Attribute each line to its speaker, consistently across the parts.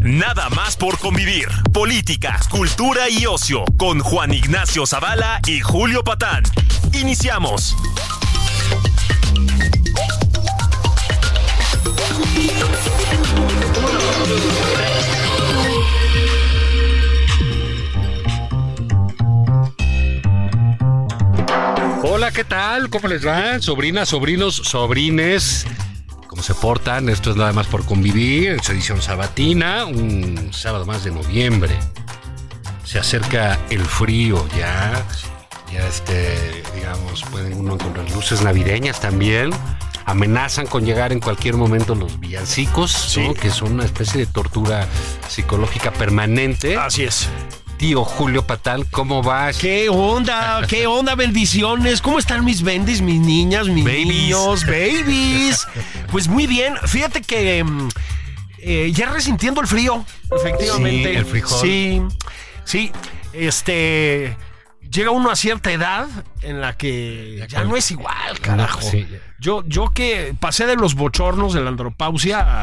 Speaker 1: Nada más por convivir. Política, cultura y ocio con Juan Ignacio Zavala y Julio Patán. Iniciamos.
Speaker 2: Hola, ¿qué tal? ¿Cómo les va? Sobrinas, sobrinos, sobrines. ¿Cómo se portan? Esto es nada más por convivir en su edición sabatina, un sábado más de noviembre. Se acerca el frío ya. Ya este, digamos, pueden uno encontrar luces navideñas también. Amenazan con llegar en cualquier momento los villancicos, ¿no? que son una especie de tortura psicológica permanente.
Speaker 3: Así es.
Speaker 2: Tío Julio Patal, ¿cómo vas?
Speaker 3: ¿Qué onda? ¿Qué onda? Bendiciones. ¿Cómo están mis bendis, mis niñas, mis
Speaker 2: Babies.
Speaker 3: niños, babies? Pues muy bien. Fíjate que mm, eh, ya resintiendo el frío, efectivamente.
Speaker 2: Sí, el frijol.
Speaker 3: Sí, sí. Este. Llega uno a cierta edad en la que ya no es igual, carajo.
Speaker 2: Sí, ya.
Speaker 3: Yo, yo que pasé de los bochornos de la andropausia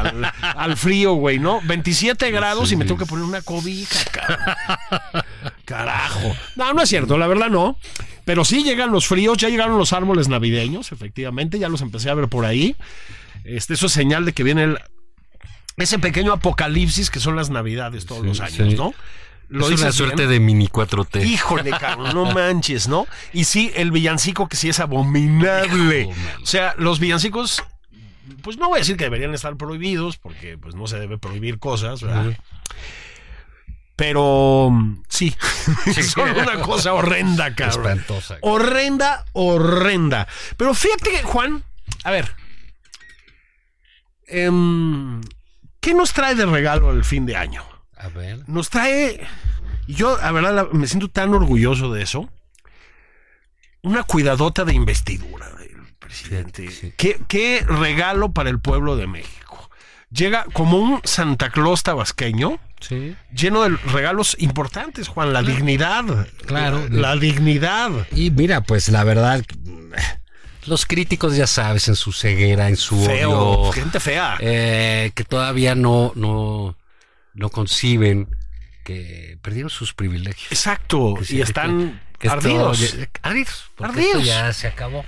Speaker 3: al, al frío, güey, ¿no? 27 grados y me tengo que poner una cobija, cabrón. Carajo. No, no es cierto, la verdad no. Pero sí llegan los fríos, ya llegaron los árboles navideños, efectivamente, ya los empecé a ver por ahí. Este, eso es señal de que viene el- ese pequeño apocalipsis que son las navidades todos
Speaker 2: Sí,
Speaker 3: los años,
Speaker 2: sí.
Speaker 3: ¿no?
Speaker 2: es una
Speaker 3: dices
Speaker 2: suerte
Speaker 3: bien?
Speaker 2: de mini 4T.
Speaker 3: Híjole, cabrón, no manches, ¿no? Y sí, el villancico que sí es abominable.
Speaker 2: Hijo, man.
Speaker 3: O sea, los villancicos, pues no voy a decir que deberían estar prohibidos, porque pues no se debe prohibir cosas, ¿verdad? Pero mm, sí, son una cosa horrenda, cabrón.
Speaker 2: Espantosa.
Speaker 3: Horrenda, horrenda. Pero fíjate que, Juan, a ver. em, ¿Qué nos trae de regalo el fin de año?
Speaker 2: A ver.
Speaker 3: nos trae, y yo la verdad la- me siento tan orgulloso de eso, una cuidadota de investidura del presidente. ¿Qué, qué regalo para el pueblo de México. Llega como un Santa Claus tabasqueño,
Speaker 2: Sí.
Speaker 3: lleno de regalos importantes, Juan, la dignidad.
Speaker 2: Claro.
Speaker 3: La dignidad.
Speaker 2: Y mira, pues la verdad, los críticos ya sabes, en su ceguera, en su
Speaker 3: Feo,
Speaker 2: odio,
Speaker 3: gente fea.
Speaker 2: eh, que todavía no, no, no conciben que perdieron sus privilegios.
Speaker 3: Exacto.
Speaker 2: Que sí,
Speaker 3: Y
Speaker 2: que-
Speaker 3: están
Speaker 2: que esto-
Speaker 3: ardidos.
Speaker 2: ya- ardidos. porque
Speaker 3: Ardidos.
Speaker 2: esto Ya se acabó.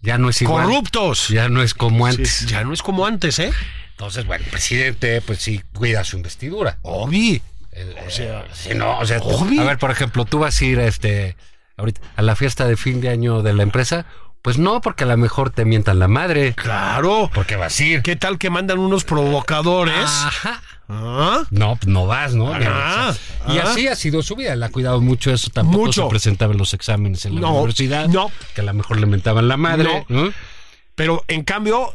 Speaker 2: Ya no es igual.
Speaker 3: Corruptos.
Speaker 2: Ya no es como antes.
Speaker 3: Sí, ya no es como antes, ¿eh?
Speaker 2: Entonces, bueno, el presidente, pues sí, cuida su investidura.
Speaker 3: Obi.
Speaker 2: El-
Speaker 3: O sea,
Speaker 2: Sí, no, o sea, tú-
Speaker 3: Obvio.
Speaker 2: Eh, a ver, por ejemplo, tú vas a ir a este ahorita a la fiesta de fin de año de la empresa, pues no, porque a lo mejor te mientan la madre,
Speaker 3: Claro.
Speaker 2: porque vas a ir.
Speaker 3: ¿Qué tal que mandan unos provocadores?
Speaker 2: Ajá.
Speaker 3: ¿Ah?
Speaker 2: No, pues no vas, ¿no?
Speaker 3: Ajá,
Speaker 2: y
Speaker 3: ajá.
Speaker 2: así ha sido su vida, le ha cuidado ah. mucho eso, tampoco
Speaker 3: Mucho.
Speaker 2: se presentaba en los exámenes en la
Speaker 3: No,
Speaker 2: universidad,
Speaker 3: no.
Speaker 2: que a lo mejor le mentaban la madre,
Speaker 3: No.
Speaker 2: ¿no?
Speaker 3: Pero en cambio,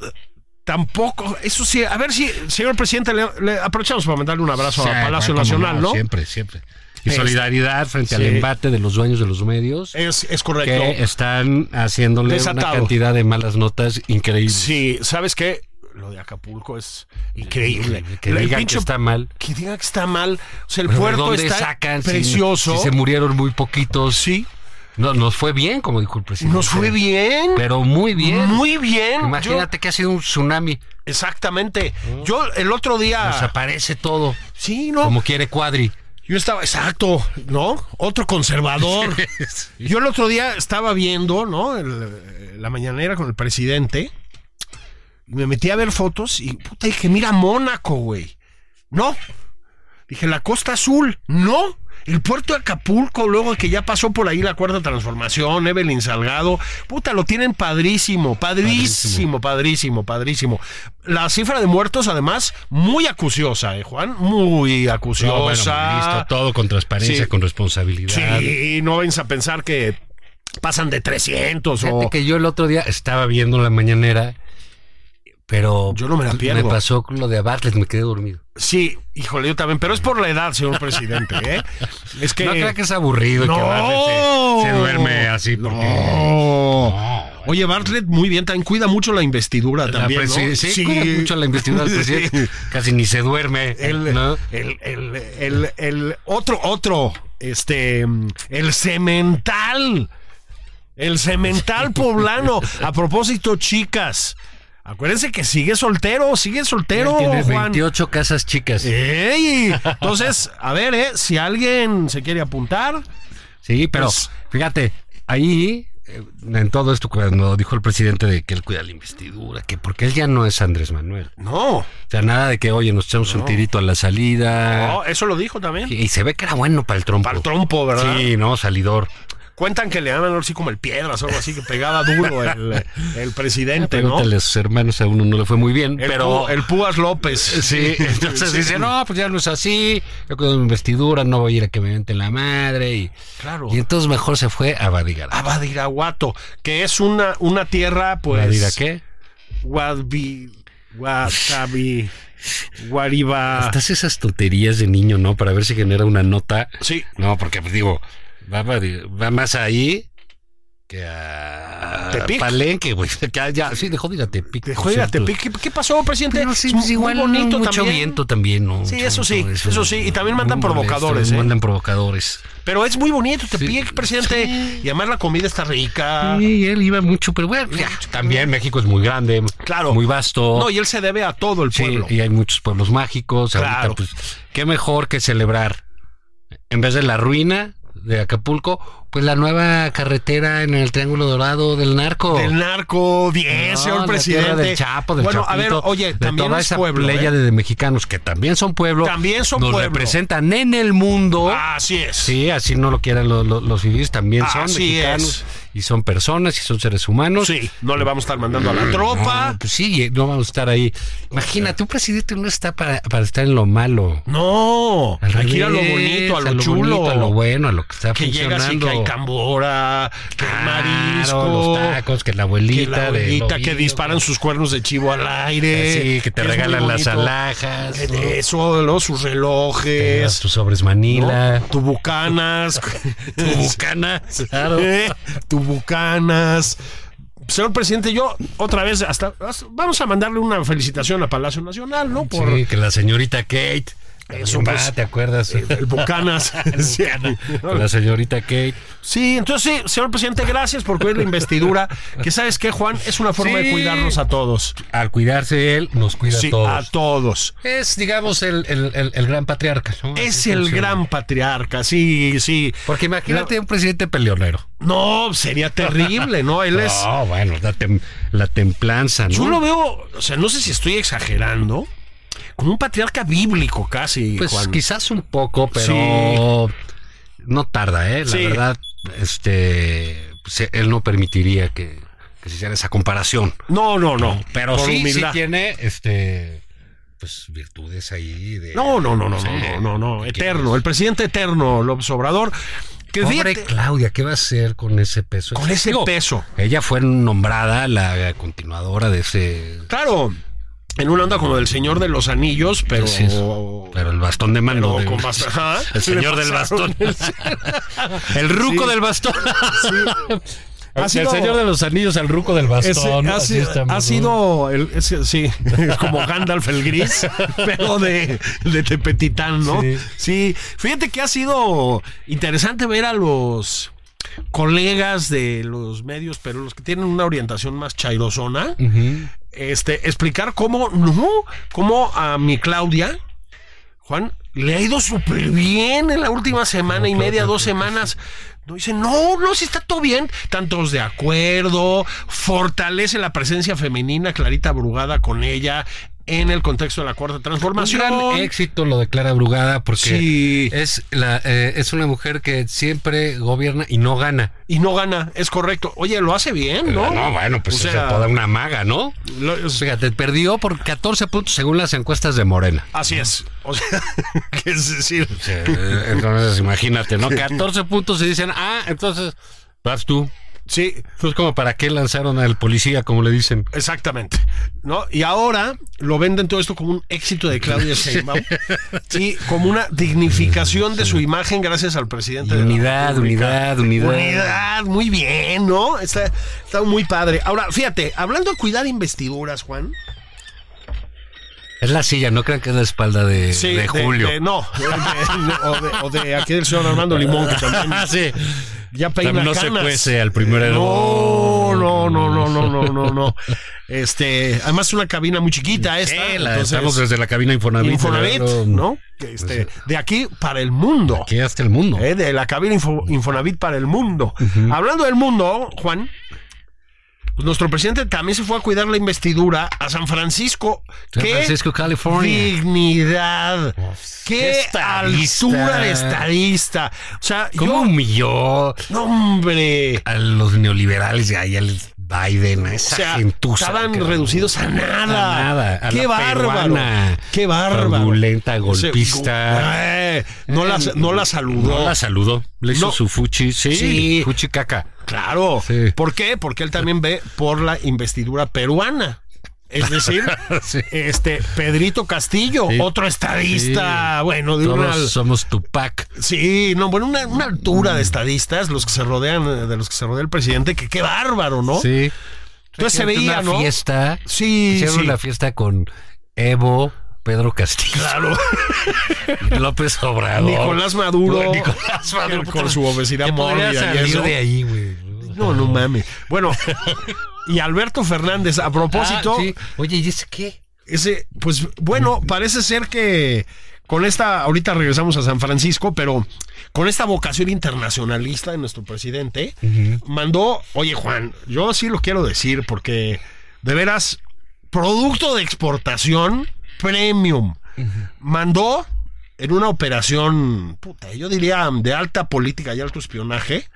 Speaker 3: tampoco. Eso sí, a ver si, señor presidente, le, le aprovechamos para mandarle un abrazo
Speaker 2: Sí,
Speaker 3: a Palacio
Speaker 2: bueno, cómo
Speaker 3: Nacional, ¿no?
Speaker 2: Siempre, siempre. Y
Speaker 3: Este-
Speaker 2: solidaridad frente al
Speaker 3: Sí.
Speaker 2: embate de los dueños de los medios.
Speaker 3: Es, es correcto.
Speaker 2: que están haciéndole
Speaker 3: Desatado.
Speaker 2: una cantidad de malas notas increíbles.
Speaker 3: Sí, ¿sabes qué? Lo de Acapulco es increíble.
Speaker 2: Que
Speaker 3: El
Speaker 2: digan
Speaker 3: pinche-
Speaker 2: que está mal.
Speaker 3: Que digan que está mal. O sea, el
Speaker 2: Pero ¿de
Speaker 3: puerto
Speaker 2: dónde
Speaker 3: está
Speaker 2: sacan si-
Speaker 3: precioso.
Speaker 2: Si, se murieron muy poquitos.
Speaker 3: sí,
Speaker 2: No, nos fue bien, como dijo el presidente.
Speaker 3: nos fue bien.
Speaker 2: Pero muy bien.
Speaker 3: Muy bien. Yo-
Speaker 2: Imagínate que ha sido un tsunami.
Speaker 3: exactamente. Yo el otro día.
Speaker 2: Desaparece todo.
Speaker 3: Ah. sí, ¿no?
Speaker 2: Como quiere Cuadri.
Speaker 3: Yo estaba, exacto, ¿no? Otro conservador. Yo el otro día estaba viendo, ¿no? El- la mañanera con el presidente. Y me metí a ver fotos y puta, dije, mira Mónaco, güey. No. Dije, la Costa Azul. No. El puerto de Acapulco, luego que ya pasó por ahí la cuarta transformación, Evelyn Salgado. Puta, lo tienen padrísimo, padrísimo, padrísimo, padrísimo. La cifra de muertos, además, muy acuciosa, ¿eh, Juan? Muy acuciosa.
Speaker 2: No, bueno, listo, todo con transparencia,
Speaker 3: Sí.
Speaker 2: con responsabilidad.
Speaker 3: Sí, no vengas a pensar que pasan de 300
Speaker 2: Fíjate
Speaker 3: o...
Speaker 2: que yo el otro día estaba viendo la mañanera Pero
Speaker 3: Yo no me la pierdo.
Speaker 2: Me pasó lo de Bartlett, me quedé dormido.
Speaker 3: Sí, híjole, yo también, pero es por la edad, señor presidente, ¿eh? Es que...
Speaker 2: No creo que es aburrido que
Speaker 3: No.
Speaker 2: Bartlett se, se duerme así
Speaker 3: No.
Speaker 2: porque.
Speaker 3: Oye, Bartlett, muy bien, también cuida mucho la investidura
Speaker 2: La
Speaker 3: también, ¿no?
Speaker 2: presi- Sí, cuida mucho la investigación del presidente. Casi ni se duerme.
Speaker 3: El,
Speaker 2: ¿no?
Speaker 3: el, el, el, el otro, otro, este, mm, el cemental, el cemental poblano. A propósito, chicas, acuérdense que sigue soltero, sigue soltero,
Speaker 2: Él tiene
Speaker 3: Juan. Eh,
Speaker 2: 28 casas chicas.
Speaker 3: Ey, entonces, a ver, eh, si alguien se quiere apuntar,
Speaker 2: Sí, pero
Speaker 3: Pues-
Speaker 2: fíjate, ahí eh, en todo esto cuando dijo el presidente de que él cuida la investidura, que porque él ya no es Andrés Manuel.
Speaker 3: no,
Speaker 2: O sea, nada de que, oye, nos echamos un tirito a la salida.
Speaker 3: no, eso lo dijo también.
Speaker 2: Y, y se ve que era bueno para el trompo.
Speaker 3: Para el trompo, ¿verdad?
Speaker 2: Sí, no, salidor.
Speaker 3: Cuentan que le llaman algo así como el piedras o algo así, que pegaba duro el, el presidente, ¿no?
Speaker 2: Pregúntale a sus hermanos, a uno no le fue muy bien,
Speaker 3: El,
Speaker 2: pero...
Speaker 3: Pú- el Púas López.
Speaker 2: Sí, entonces dice, no, pues ya no es así, yo cuido mi vestidura, no voy a ir a que me meten la madre. Y,
Speaker 3: Claro. Ah,
Speaker 2: y entonces mejor se fue a Badigara.
Speaker 3: Abadiraguato, que es una, una tierra, pues.
Speaker 2: ¿Badira qué?
Speaker 3: Guadbi. Guatabi. Guariba.
Speaker 2: Estás esas tonterías de niño, ¿no? Para ver si genera una nota.
Speaker 3: Sí.
Speaker 2: No, porque pues, digo, va, va- va más ahí que a
Speaker 3: Tepic.
Speaker 2: Palenque, güey. Que a- ya, sí, dejó de ir a Tepic. por
Speaker 3: Juega,
Speaker 2: cierto.
Speaker 3: Tepic. ¿Qué, qué pasó, presidente?
Speaker 2: Pero sí,
Speaker 3: Es
Speaker 2: pues,
Speaker 3: muy
Speaker 2: igual
Speaker 3: bonito
Speaker 2: mucho
Speaker 3: también.
Speaker 2: viento también, ¿no?
Speaker 3: Sí,
Speaker 2: Mucho
Speaker 3: eso sí,
Speaker 2: viento,
Speaker 3: eso sí, y también mandan
Speaker 2: muy molesto,
Speaker 3: provocadores, ¿eh?
Speaker 2: Mandan provocadores.
Speaker 3: Pero es muy bonito, Tepic,
Speaker 2: Sí.
Speaker 3: presidente. Y además la comida está rica.
Speaker 2: Sí, él iba mucho, pero bueno, ya, también México es muy grande,
Speaker 3: Claro.
Speaker 2: muy vasto.
Speaker 3: No, y él se debe a todo el
Speaker 2: Sí,
Speaker 3: pueblo.
Speaker 2: y hay muchos pueblos mágicos.
Speaker 3: Claro.
Speaker 2: Ahorita, pues, qué mejor que celebrar, en vez de la ruina de Acapulco, pues la nueva carretera en el Triángulo Dorado del Narco.
Speaker 3: Del narco, bien,
Speaker 2: No,
Speaker 3: señor
Speaker 2: la
Speaker 3: presidente.
Speaker 2: tierra del Chapo, del
Speaker 3: bueno, a ver,
Speaker 2: Chapito,
Speaker 3: oye,
Speaker 2: de
Speaker 3: también
Speaker 2: toda
Speaker 3: es
Speaker 2: esa
Speaker 3: pueblo.
Speaker 2: playa
Speaker 3: ¿eh?
Speaker 2: de, de mexicanos que también son pueblo.
Speaker 3: También son
Speaker 2: nos
Speaker 3: pueblo. Ah.
Speaker 2: representan en el mundo.
Speaker 3: Así es.
Speaker 2: Sí, así no lo quieran lo- lo- los civiles, también son
Speaker 3: Ah, Así es.
Speaker 2: mexicanos y son personas y son seres humanos.
Speaker 3: Sí, no le vamos a estar mandando a la
Speaker 2: No,
Speaker 3: tropa.
Speaker 2: pues sí, no vamos a estar ahí. Imagínate, un presidente no está para, para estar en lo malo.
Speaker 3: No,
Speaker 2: Al
Speaker 3: hay que ir a lo
Speaker 2: revés,
Speaker 3: bonito, a lo, chulo.
Speaker 2: bonito, a lo bueno, a lo que está
Speaker 3: que llega así
Speaker 2: funcionando.
Speaker 3: que hay cambora, que hay
Speaker 2: Claro,
Speaker 3: marisco,
Speaker 2: los tacos, que la
Speaker 3: que
Speaker 2: abuelita,
Speaker 3: la
Speaker 2: de
Speaker 3: abuelita,
Speaker 2: Lobito,
Speaker 3: que disparan sus cuernos de chivo al aire.
Speaker 2: Sí, que te
Speaker 3: es muy
Speaker 2: regalan las
Speaker 3: bonito.
Speaker 2: alhajas.
Speaker 3: Eh,
Speaker 2: ¿no?
Speaker 3: de Eso, ¿no? sus
Speaker 2: Te das
Speaker 3: relojes,
Speaker 2: tus sobres
Speaker 3: ¿no?
Speaker 2: Manila.
Speaker 3: tu bucanas.
Speaker 2: Tu bucana. Claro.
Speaker 3: Eh, tu bucanas. Señor presidente, yo otra vez hasta, hasta- vamos a mandarle una felicitación a Palacio Nacional, ¿no? Por
Speaker 2: Sí, que la señorita Kate.
Speaker 3: Eso,
Speaker 2: también va,
Speaker 3: pues,
Speaker 2: ¿Te acuerdas?
Speaker 3: el bucanas. Sí.
Speaker 2: Con la señorita Kate.
Speaker 3: Sí, entonces sí, señor presidente, gracias por cuidar la investidura, que sabes qué, Juan, es una forma de
Speaker 2: Sí.
Speaker 3: cuidarnos a todos.
Speaker 2: Al cuidarse él, nos cuida
Speaker 3: Sí,
Speaker 2: a todos.
Speaker 3: a todos.
Speaker 2: Es, digamos, el, el- el- el gran patriarca. ¿no?
Speaker 3: Es
Speaker 2: Así
Speaker 3: el
Speaker 2: funciona.
Speaker 3: gran patriarca, sí, sí.
Speaker 2: Porque imagínate un presidente peleonero.
Speaker 3: No, sería terrible, ¿no? Él es...
Speaker 2: No, bueno, la, tem- la templanza, ¿no?
Speaker 3: Yo lo veo, o sea, no sé si estoy exagerando, como un patriarca bíblico casi,
Speaker 2: pues
Speaker 3: Juan.
Speaker 2: quizás un poco, pero no tarda, ¿eh? La
Speaker 3: Sí.
Speaker 2: verdad, este, pues, él no permitiría que, que se hiciera esa comparación.
Speaker 3: No, no, no.
Speaker 2: Pero
Speaker 3: Por
Speaker 2: sí,
Speaker 3: humildad.
Speaker 2: sí tiene, este, pues virtudes ahí de...
Speaker 3: No, no, no, no,
Speaker 2: sé,
Speaker 3: no, no, no, no.
Speaker 2: que
Speaker 3: Eterno, el presidente eterno, López Obrador. Que
Speaker 2: quieres. Pobre
Speaker 3: fíjate-
Speaker 2: Claudia, ¿qué va a hacer con ese peso?
Speaker 3: con ese
Speaker 2: Digo,
Speaker 3: peso.
Speaker 2: Ella fue nombrada la continuadora de ese...
Speaker 3: Claro, en una onda como del Señor de los Anillos, pero.
Speaker 2: Sí, sí. Oh. Pero el bastón de mano.
Speaker 3: pero
Speaker 2: de-
Speaker 3: con más- ajá.
Speaker 2: El señor
Speaker 3: Le
Speaker 2: del
Speaker 3: pasaron
Speaker 2: bastón. El ruco
Speaker 3: Sí.
Speaker 2: del bastón.
Speaker 3: Ha
Speaker 2: El
Speaker 3: sido-
Speaker 2: señor de los anillos, el ruco del bastón.
Speaker 3: Ese- ha,
Speaker 2: Así
Speaker 3: si-
Speaker 2: estamos,
Speaker 3: ha
Speaker 2: ¿no?
Speaker 3: sido el, ese- sí, es como Gandalf el gris, pero de, de Tepetitán, ¿no? Sí.
Speaker 2: Sí.
Speaker 3: fíjate que ha sido interesante ver a los colegas de los medios, pero los que tienen una orientación más chairosona,
Speaker 2: Ujú.
Speaker 3: este, explicar cómo, no, cómo a mi Claudia, Juan, le ha ido súper bien en la última semana y media, dos semanas. No dice, no, no, si está todo bien. Tantos de acuerdo, fortalece la presencia femenina, Clarita Brugada con ella en el contexto de la cuarta
Speaker 2: Un gran
Speaker 3: transformación.
Speaker 2: éxito lo de Clara Brugada porque
Speaker 3: Sí.
Speaker 2: es, la, eh, es una mujer que siempre gobierna y no gana.
Speaker 3: Y no gana, es correcto. Oye, lo hace
Speaker 2: Eh,
Speaker 3: bien, ¿no? O
Speaker 2: se
Speaker 3: sea,
Speaker 2: toda una maga, ¿no? Pues
Speaker 3: lo- es-
Speaker 2: Fíjate, perdió por 14 puntos según las encuestas de Morena.
Speaker 3: así es. O sea, que es decir,
Speaker 2: Eh, Entonces, imagínate, ¿no? 14 puntos y dicen, ah, entonces vas tú.
Speaker 3: Sí,
Speaker 2: Entonces, como para qué lanzaron al policía, como le dicen.
Speaker 3: Exactamente. ¿No? Y ahora lo venden todo esto como un éxito de Claudia Sheinbaum y como una dignificación de su imagen gracias al presidente. de la
Speaker 2: Unidad,
Speaker 3: República.
Speaker 2: unidad, unidad.
Speaker 3: Unidad, muy bien, ¿no? Está, está muy padre. Ahora, fíjate, hablando de cuidar investiduras, Juan.
Speaker 2: Es la silla, no crean que es la espalda de, de
Speaker 3: de-
Speaker 2: Julio.
Speaker 3: de- no, de- de- o, de, o de aquí del señor Armando Limón, que también
Speaker 2: sí.
Speaker 3: ya peina
Speaker 2: También no se
Speaker 3: canas.
Speaker 2: cuece al primer
Speaker 3: No, no, no, no, no, no, no, no. Este, además es una cabina muy chiquita esta.
Speaker 2: Eh, la-
Speaker 3: entonces-
Speaker 2: estamos desde la cabina Infonavit.
Speaker 3: Infonavit,
Speaker 2: pero-
Speaker 3: ¿no? Que, este, de aquí para el mundo.
Speaker 2: Aquí hasta el mundo.
Speaker 3: ¿eh? De la cabina Info- Infonavit para el mundo. Hablando del mundo, Juan, pues nuestro presidente también se fue a cuidar la investidura a San Francisco.
Speaker 2: San
Speaker 3: ¡Qué
Speaker 2: Francisco, California.
Speaker 3: dignidad! ¡Qué
Speaker 2: estadista!
Speaker 3: altura de estadista! O sea,
Speaker 2: ¿Cómo
Speaker 3: yo...
Speaker 2: humilló
Speaker 3: ¡No, hombre!
Speaker 2: a los neoliberales y ahí al Biden, a esa
Speaker 3: O sea,
Speaker 2: gentuza,
Speaker 3: estaban
Speaker 2: cabrón?
Speaker 3: reducidos a nada.
Speaker 2: A nada. A
Speaker 3: Qué
Speaker 2: la
Speaker 3: bárbaro.
Speaker 2: peruana
Speaker 3: Qué bárbaro.
Speaker 2: fraudulenta,
Speaker 3: O sea,
Speaker 2: golpista.
Speaker 3: eh, no, la, no la saludó.
Speaker 2: No la saludó. Le hizo
Speaker 3: No.
Speaker 2: su fuchi. Sí,
Speaker 3: Sí.
Speaker 2: fuchi caca.
Speaker 3: Claro.
Speaker 2: Sí.
Speaker 3: ¿Por qué? Porque él también ve por la investidura peruana. Es decir,
Speaker 2: Sí.
Speaker 3: este Pedrito Castillo,
Speaker 2: Sí.
Speaker 3: otro estadista,
Speaker 2: Sí.
Speaker 3: bueno, de
Speaker 2: Todos Mm.
Speaker 3: una
Speaker 2: somos Tupac.
Speaker 3: sí, no, bueno, una, una altura de estadistas, los que se rodean, eh, de los que se rodea el presidente, que qué bárbaro, ¿no?
Speaker 2: Sí.
Speaker 3: Entonces se veía,
Speaker 2: una
Speaker 3: ¿no?
Speaker 2: fiesta.
Speaker 3: Sí,
Speaker 2: Hicieron
Speaker 3: sí.
Speaker 2: la fiesta con Evo, Pedro Castillo,
Speaker 3: Claro.
Speaker 2: López Obrador.
Speaker 3: Nicolás Maduro.
Speaker 2: Nicolás Maduro.
Speaker 3: Con su obesidad
Speaker 2: ¿Qué podría
Speaker 3: mórbida y
Speaker 2: salir
Speaker 3: eso?
Speaker 2: de ahí, güey.
Speaker 3: No, no mames. Bueno, y Alberto Fernández, a propósito,
Speaker 2: Ah, sí. Oye, ¿y ese qué?
Speaker 3: Ese, pues bueno, parece ser que con esta, ahorita regresamos a San Francisco, pero con esta vocación internacionalista de nuestro presidente, mandó, oye Juan, yo sí lo quiero decir porque de veras, producto de exportación premium, mandó en una operación, puta, yo diría de alta política y alto espionaje,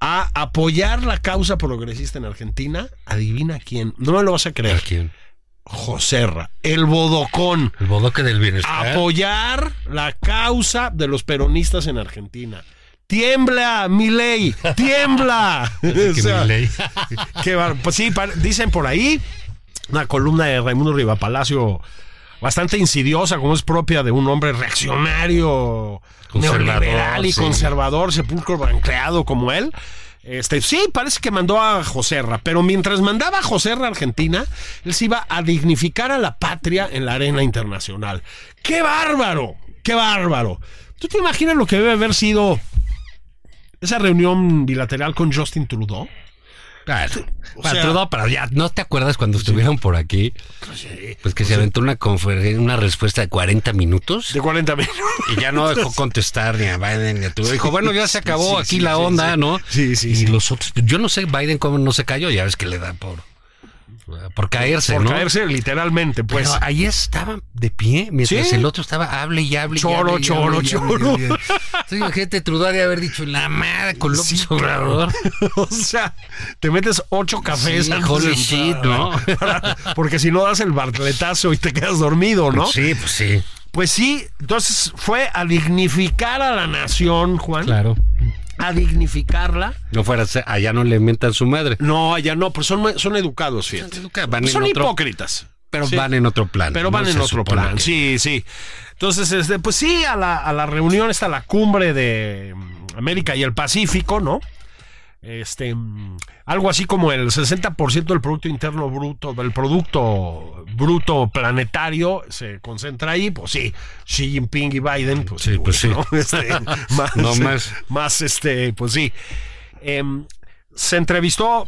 Speaker 3: a apoyar la causa progresista en Argentina, adivina quién, no me lo vas a creer.
Speaker 2: quién?
Speaker 3: Joserra, el Bodocón.
Speaker 2: El bodoque del bienestar.
Speaker 3: Ah, pues, Apoyar la causa de los peronistas en Argentina. Tiembla, Milei, tiembla. O
Speaker 2: Que
Speaker 3: sea,
Speaker 2: Milei.
Speaker 3: qué bar- pues sí, par- dicen por ahí una columna de Raimundo Rivapalacio bastante insidiosa, como es propia de un hombre reaccionario,
Speaker 2: Conservador,
Speaker 3: neoliberal y
Speaker 2: sí.
Speaker 3: conservador, sepulcro blanqueado como él. Este, sí, parece que mandó a Joserra, pero mientras mandaba a Joserra a Argentina, él se iba a dignificar a la patria en la arena internacional. ¡Qué bárbaro! ¡Qué bárbaro! ¿Tú te imaginas lo que debe haber sido esa reunión bilateral con Justin Trudeau?
Speaker 2: Claro.
Speaker 3: O
Speaker 2: Bueno,
Speaker 3: sea-
Speaker 2: Trudeau, pero ya, ¿no te acuerdas cuando estuvieron por aquí? Pues que se aventó una conferencia, una respuesta de 40 minutos
Speaker 3: De 40 minutos.
Speaker 2: y ya no dejó contestar ni a Biden ni a Trudeau. Dijo, bueno, ya se acabó
Speaker 3: Sí,
Speaker 2: aquí
Speaker 3: sí,
Speaker 2: la
Speaker 3: sí,
Speaker 2: onda,
Speaker 3: sí.
Speaker 2: ¿no?
Speaker 3: Sí, sí,
Speaker 2: Y
Speaker 3: sí.
Speaker 2: los otros, yo no sé Biden cómo no se cayó, ya ves que le da por, por caerse,
Speaker 3: Por
Speaker 2: ¿no?
Speaker 3: caerse literalmente, pues.
Speaker 2: Pero ahí estaban de pie, mientras
Speaker 3: Sí.
Speaker 2: el otro estaba hable y hable. y
Speaker 3: Choro,
Speaker 2: hable y
Speaker 3: choro,
Speaker 2: hable y hable y
Speaker 3: choro.
Speaker 2: hable y hable. Entonces, imagínate, Trudeau de haber dicho la madre con López Obrador.
Speaker 3: o sea, te metes ocho cafés.
Speaker 2: Sí,
Speaker 3: antes
Speaker 2: holy
Speaker 3: de
Speaker 2: shit,
Speaker 3: entrar,
Speaker 2: ¿no?
Speaker 3: Para- porque si no das el bartletazo y te quedas dormido, ¿no?
Speaker 2: Sí, pues sí.
Speaker 3: Pues sí, entonces fue a dignificar a la nación, Juan.
Speaker 2: Claro.
Speaker 3: A dignificarla.
Speaker 2: No fuera, a ser- allá no le inventan su madre.
Speaker 3: No, allá no, pero son, son educados, fíjate.
Speaker 2: Van en
Speaker 3: son
Speaker 2: otro-
Speaker 3: hipócritas.
Speaker 2: Pero
Speaker 3: Sí.
Speaker 2: van en otro plan. ¿no?
Speaker 3: Pero van
Speaker 2: Se
Speaker 3: en otro
Speaker 2: supone
Speaker 3: plan,
Speaker 2: que-
Speaker 3: sí, sí. Entonces, este, pues sí, a la, a la reunión está la cumbre de mm, América y el Pacífico, ¿no? Este, mm, algo así como el 60% del Producto Interno Bruto, del Producto Bruto Planetario, se concentra ahí, pues sí, Xi Jinping y Biden, pues
Speaker 2: Sí, pues sí.
Speaker 3: ¿no? Este, más,
Speaker 2: No más.
Speaker 3: más, este, pues sí. Em, se entrevistó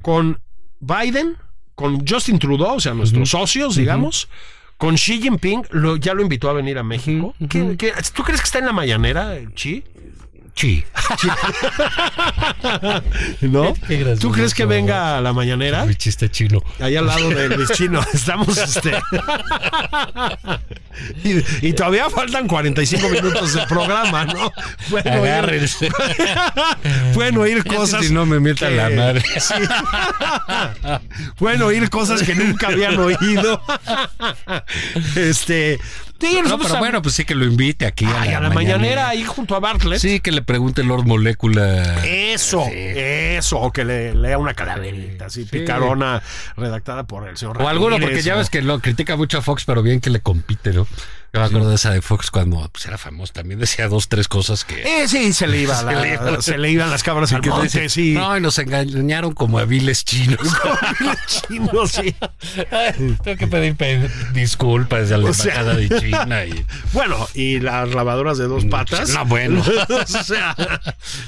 Speaker 3: con Biden, con Justin Trudeau, o sea, nuestros socios, digamos, con Xi Jinping, lo- ya lo invitó a venir a México. ¿Qué- qué- tú crees que está en la mañanera, eh, Xi?
Speaker 2: Sí.
Speaker 3: ¿No?
Speaker 2: Qué gracioso.
Speaker 3: ¿Eh? ¿Tú crees que venga a la mañanera?
Speaker 2: Mi chiste chino.
Speaker 3: Allá al lado del del chino, estamos este. y, y todavía faltan 45 minutos de programa, ¿no? Pueden oír-
Speaker 2: Agárrense.
Speaker 3: pueden oír
Speaker 2: Ya
Speaker 3: cosas.
Speaker 2: Si no me mientan
Speaker 3: que-
Speaker 2: la madre.
Speaker 3: Pueden oír cosas que nunca habían oído. Este, Sí,
Speaker 2: No,
Speaker 3: nosotros
Speaker 2: pero
Speaker 3: a-
Speaker 2: bueno, pues sí que lo invite aquí a,
Speaker 3: ay,
Speaker 2: la
Speaker 3: a la mañanera ahí junto a Bartlett.
Speaker 2: Sí, que le pregunte Lord Molécula.
Speaker 3: Eh, Eso, eso, o que le lea una calaverita así picarona redactada por el señor
Speaker 2: O alguno,
Speaker 3: Ramírez,
Speaker 2: porque ya
Speaker 3: o-
Speaker 2: ves que lo critica mucho a Fox, pero bien que le compite, ¿no? Yo me acuerdo de esa de Fox cuando pues, era famoso, también decía dos, tres cosas que...
Speaker 3: Eh, sí, se le iba,
Speaker 2: Se
Speaker 3: la-
Speaker 2: le iba.
Speaker 3: se le iban las cabras al
Speaker 2: que
Speaker 3: monte,
Speaker 2: dice,
Speaker 3: sí.
Speaker 2: No, y nos engañaron como a viles chinos.
Speaker 3: Chino, sí.
Speaker 2: Ay, Tengo que pedir pe- disculpas a la
Speaker 3: O sea.
Speaker 2: embajada de China. Y...
Speaker 3: Bueno, y las lavadoras de dos patas.
Speaker 2: Mm, No, bueno.
Speaker 3: o sea,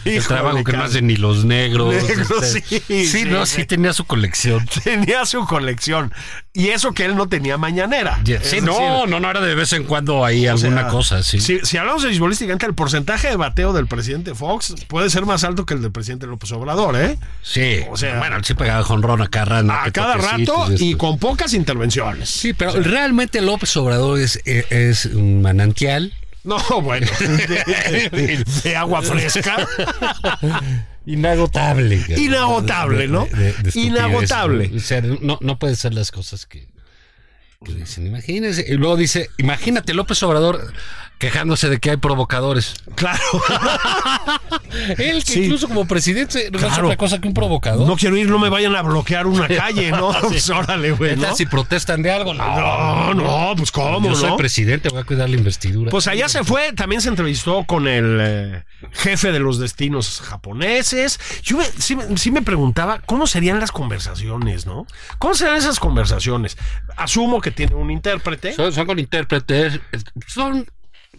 Speaker 2: El
Speaker 3: híjole,
Speaker 2: trabajo que no
Speaker 3: cara.
Speaker 2: hacen ni los negros.
Speaker 3: Negros,
Speaker 2: este.
Speaker 3: sí, sí,
Speaker 2: no,
Speaker 3: sí.
Speaker 2: sí tenía su colección.
Speaker 3: Tenía su colección. Y eso que él no tenía mañanera.
Speaker 2: Sí,
Speaker 3: Es
Speaker 2: no,
Speaker 3: decir,
Speaker 2: no, no, era de vez en cuando ahí alguna
Speaker 3: sea,
Speaker 2: cosa, sí.
Speaker 3: Si, si hablamos de beisbolísticamente, el porcentaje de bateo del presidente Fox puede ser más alto que el del presidente López Obrador, ¿eh?
Speaker 2: Sí.
Speaker 3: O sea,
Speaker 2: bueno, sí pegaba jonrón a cada rato,
Speaker 3: A
Speaker 2: que
Speaker 3: cada
Speaker 2: Ah, toquecitos,
Speaker 3: rato
Speaker 2: esto.
Speaker 3: y con pocas intervenciones.
Speaker 2: Sí, pero realmente López Obrador es, eh, es un manantial.
Speaker 3: No, bueno, de, de- de agua fresca.
Speaker 2: Inagotable. cara.
Speaker 3: Inagotable, ¿no?
Speaker 2: De- de- de estupidez,
Speaker 3: Inagotable.
Speaker 2: ¿no? O sea, no, no pueden ser las cosas que, que dicen. Imagínense. Y luego dice, imagínate López Obrador quejándose de que hay provocadores.
Speaker 3: Claro.
Speaker 2: Él, que
Speaker 3: Sí.
Speaker 2: incluso como presidente, no es
Speaker 3: Claro.
Speaker 2: otra cosa que un provocador.
Speaker 3: No quiero ir, no me vayan a bloquear una calle, ¿no? Pues órale, güey. ¿no?
Speaker 2: Neta, Si protestan de algo, no.
Speaker 3: No, no, pues cómo,
Speaker 2: Yo
Speaker 3: ¿no?
Speaker 2: soy presidente, voy a cuidar la investidura.
Speaker 3: Pues allá se fue, también se entrevistó con el eh, jefe de los destinos japoneses. Yo me- sí, me- sí me preguntaba cómo serían las conversaciones, ¿no? ¿Cómo serían esas conversaciones? Asumo que tiene un intérprete.
Speaker 2: Son, son con intérpretes. Son.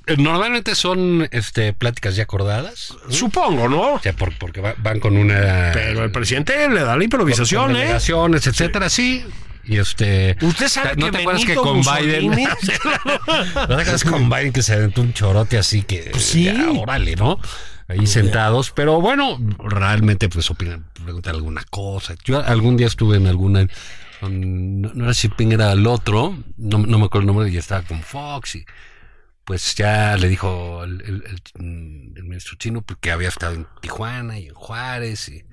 Speaker 2: eh, Normalmente son este, pláticas ya acordadas.
Speaker 3: Supongo, ¿no?
Speaker 2: O sea, por- porque va- van con una.
Speaker 3: Pero el presidente le da la improvisación,
Speaker 2: con
Speaker 3: ¿eh?
Speaker 2: delegaciones, etcétera, sí. Y este.
Speaker 3: Usted sabe
Speaker 2: ¿No
Speaker 3: que
Speaker 2: te acuerdas que
Speaker 3: Benito
Speaker 2: con
Speaker 3: Mussolini-
Speaker 2: Biden. ¿No te acuerdas con Biden que se aventó un chorote así que.
Speaker 3: Pues sí.
Speaker 2: ya, órale, ¿no? Ahí sentados. Pero bueno, realmente, pues opinan, preguntan alguna cosa. Yo algún día estuve en alguna. con- no, no era Shipping, era el otro. No, no me acuerdo el nombre, y estaba con Fox y. Pues ya le dijo el, el- el- el ministro chino pues, que había estado en Tijuana y en Juárez y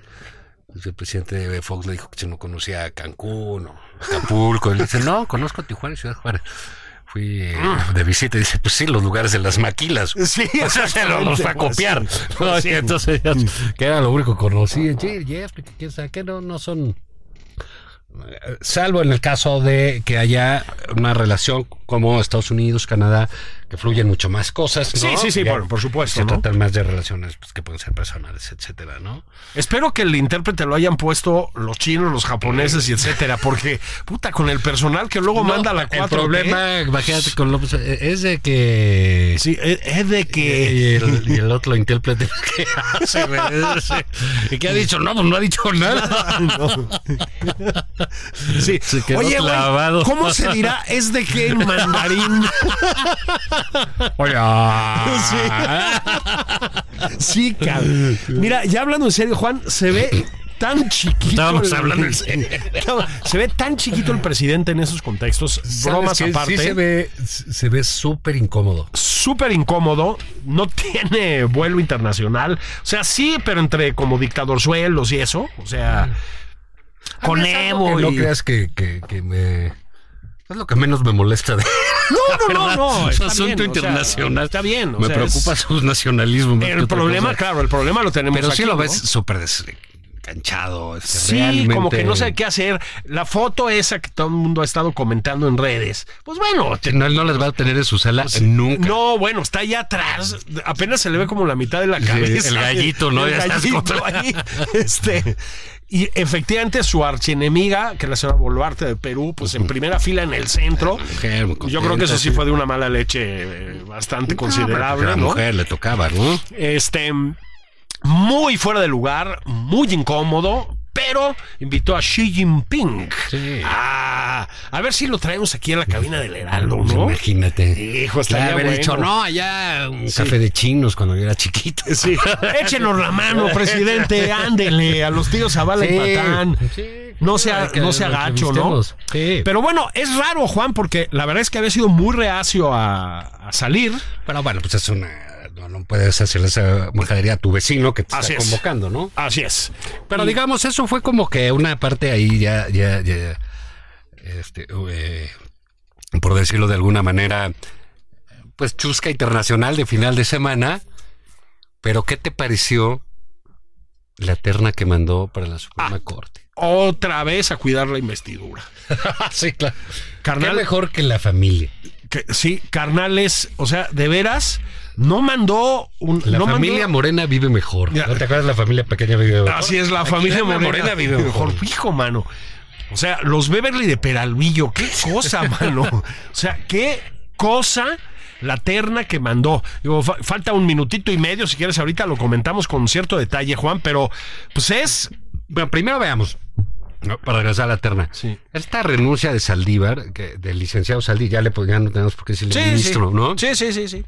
Speaker 2: pues, el presidente de Fox le dijo que si no conocía Cancún o Acapulco. Y le dice, no, conozco Tijuana y Ciudad Juárez. Fui eh, de visita y dice, pues sí, los lugares de las maquilas.
Speaker 3: Sí,
Speaker 2: o sea, se lo- los va a
Speaker 3: pues,
Speaker 2: copiar.
Speaker 3: sí,
Speaker 2: ¿no?
Speaker 3: pues,
Speaker 2: Y
Speaker 3: sí.
Speaker 2: entonces, ya- que era lo único que conocía. Sí, Jeff, que quién sabe qué, no, no son... eh, Salvo en el caso de que haya una relación como Estados Unidos, Canadá, que fluyen mucho más cosas. ¿no?
Speaker 3: Sí, sí, sí,
Speaker 2: Ya
Speaker 3: por- por supuesto,
Speaker 2: Se
Speaker 3: ¿no?
Speaker 2: tratan más de relaciones pues, que pueden ser personales, etcétera, ¿no?
Speaker 3: Espero que el intérprete lo hayan puesto los chinos, los japoneses y etcétera, porque puta con el personal que luego
Speaker 2: No,
Speaker 3: manda la 4
Speaker 2: El problema, imagínate con López, eh, es de que.
Speaker 3: Sí, es, es de que
Speaker 2: Y el, y el otro intérprete que hace, güey, ese, y que ha dicho, no, pues no ha dicho nada.
Speaker 3: sí.
Speaker 2: Se quedó
Speaker 3: Oye, güey,
Speaker 2: clavado.
Speaker 3: ¿cómo se dirá es de que en mandarín?
Speaker 2: Oye, ah.
Speaker 3: Sí, cabrón. Mira, ya hablando en serio, Juan, se ve tan chiquito.
Speaker 2: Estábamos hablando en serio.
Speaker 3: No, se ve tan chiquito el presidente en esos contextos. Bromas aparte.
Speaker 2: se ve, se ve súper incómodo.
Speaker 3: súper incómodo, no tiene vuelo internacional. O sea, sí, pero entre como dictador suelos y eso. O sea,
Speaker 2: Mm.
Speaker 3: con Evo.
Speaker 2: No
Speaker 3: y-
Speaker 2: creas que, que, que me. Es lo que menos me molesta de.
Speaker 3: No, no, no, no.
Speaker 2: Su
Speaker 3: está
Speaker 2: asunto
Speaker 3: bien, o sea,
Speaker 2: internacional.
Speaker 3: está bien. o
Speaker 2: me
Speaker 3: sea,
Speaker 2: preocupa
Speaker 3: es-
Speaker 2: su nacionalismo. más que
Speaker 3: El
Speaker 2: otra
Speaker 3: problema,
Speaker 2: cosa.
Speaker 3: claro, el problema lo tenemos
Speaker 2: Pero sí
Speaker 3: aquí,
Speaker 2: lo
Speaker 3: ¿no?
Speaker 2: ves súper desenganchado. este,
Speaker 3: Sí,
Speaker 2: realmente-
Speaker 3: como que no sabe qué hacer. La foto esa que todo el mundo ha estado comentando en redes. Pues bueno, te- Pues
Speaker 2: No, él no les va a tener en su sala nunca.
Speaker 3: No, bueno, está allá atrás. Apenas se le ve como la mitad de la cabeza.
Speaker 2: el gallito, ¿no?
Speaker 3: El
Speaker 2: Ya estás
Speaker 3: gallito
Speaker 2: contra-
Speaker 3: ahí. Este. Y efectivamente su archienemiga, que es la señora Boluarte de Perú, pues en primera fila en el centro.
Speaker 2: mujer muy contenta,
Speaker 3: Yo creo que eso sí
Speaker 2: sí.
Speaker 3: fue de una mala leche eh, bastante
Speaker 2: Porque a
Speaker 3: considerable,
Speaker 2: la
Speaker 3: ¿no?
Speaker 2: mujer le tocaba, ¿no?
Speaker 3: Este. Muy fuera de lugar, muy incómodo, pero invitó a Xi Jinping.
Speaker 2: Sí.
Speaker 3: Ah, a ver si lo traemos aquí en la cabina del Heraldo,
Speaker 2: Pues
Speaker 3: ¿no?
Speaker 2: Imagínate.
Speaker 3: Hijo,
Speaker 2: Le
Speaker 3: estaría
Speaker 2: haber
Speaker 3: bueno.
Speaker 2: dicho, no, allá un café de chinos cuando yo era chiquito.
Speaker 3: Sí. Échenos la mano, presidente. Ándele a los tíos Zavala y
Speaker 2: Sí.
Speaker 3: Patán.
Speaker 2: Sí.
Speaker 3: No sea,
Speaker 2: Hay que
Speaker 3: no sea gacho, ¿no?
Speaker 2: entrevistemos. Sí.
Speaker 3: Pero bueno, es raro, Juan, porque la verdad es que había sido muy reacio a, a salir.
Speaker 2: Pero bueno, pues es una. No, no puedes hacer esa majadería a tu vecino que te
Speaker 3: Así
Speaker 2: está
Speaker 3: es.
Speaker 2: convocando, ¿no?
Speaker 3: Así es.
Speaker 2: Pero digamos, eso fue como que una parte ahí ya, ya, ya, este, eh, por decirlo de alguna manera, pues chusca internacional de final de semana. Pero ¿qué te pareció la terna que mandó para la Suprema Corte?
Speaker 3: Otra vez a cuidar la investidura.
Speaker 2: sí, claro.
Speaker 3: Carnal.
Speaker 2: Qué mejor que la familia.
Speaker 3: Que- sí, carnales, o sea, de veras, no mandó un.
Speaker 2: La
Speaker 3: no mandó-
Speaker 2: familia morena vive mejor.
Speaker 3: Ya.
Speaker 2: ¿No te acuerdas la familia pequeña vive mejor?
Speaker 3: Así es, la
Speaker 2: Aquí
Speaker 3: familia morena,
Speaker 2: vive mejor.
Speaker 3: Hijo, mano. O sea, los Beverly de Peralvillo, qué cosa, mano. O sea, qué cosa la terna que mandó. Digo, fa- falta un minutito y medio, si quieres, ahorita lo comentamos con cierto detalle, Juan, pero pues es.
Speaker 2: Bueno, primero veamos. ¿no? Para regresar a la terna.
Speaker 3: Sí.
Speaker 2: Esta renuncia de Saldívar, que- del licenciado Saldívar, ya le pues, ya no tenemos por qué decirle ministro,
Speaker 3: sí.
Speaker 2: ¿no?
Speaker 3: Sí, sí, sí, sí.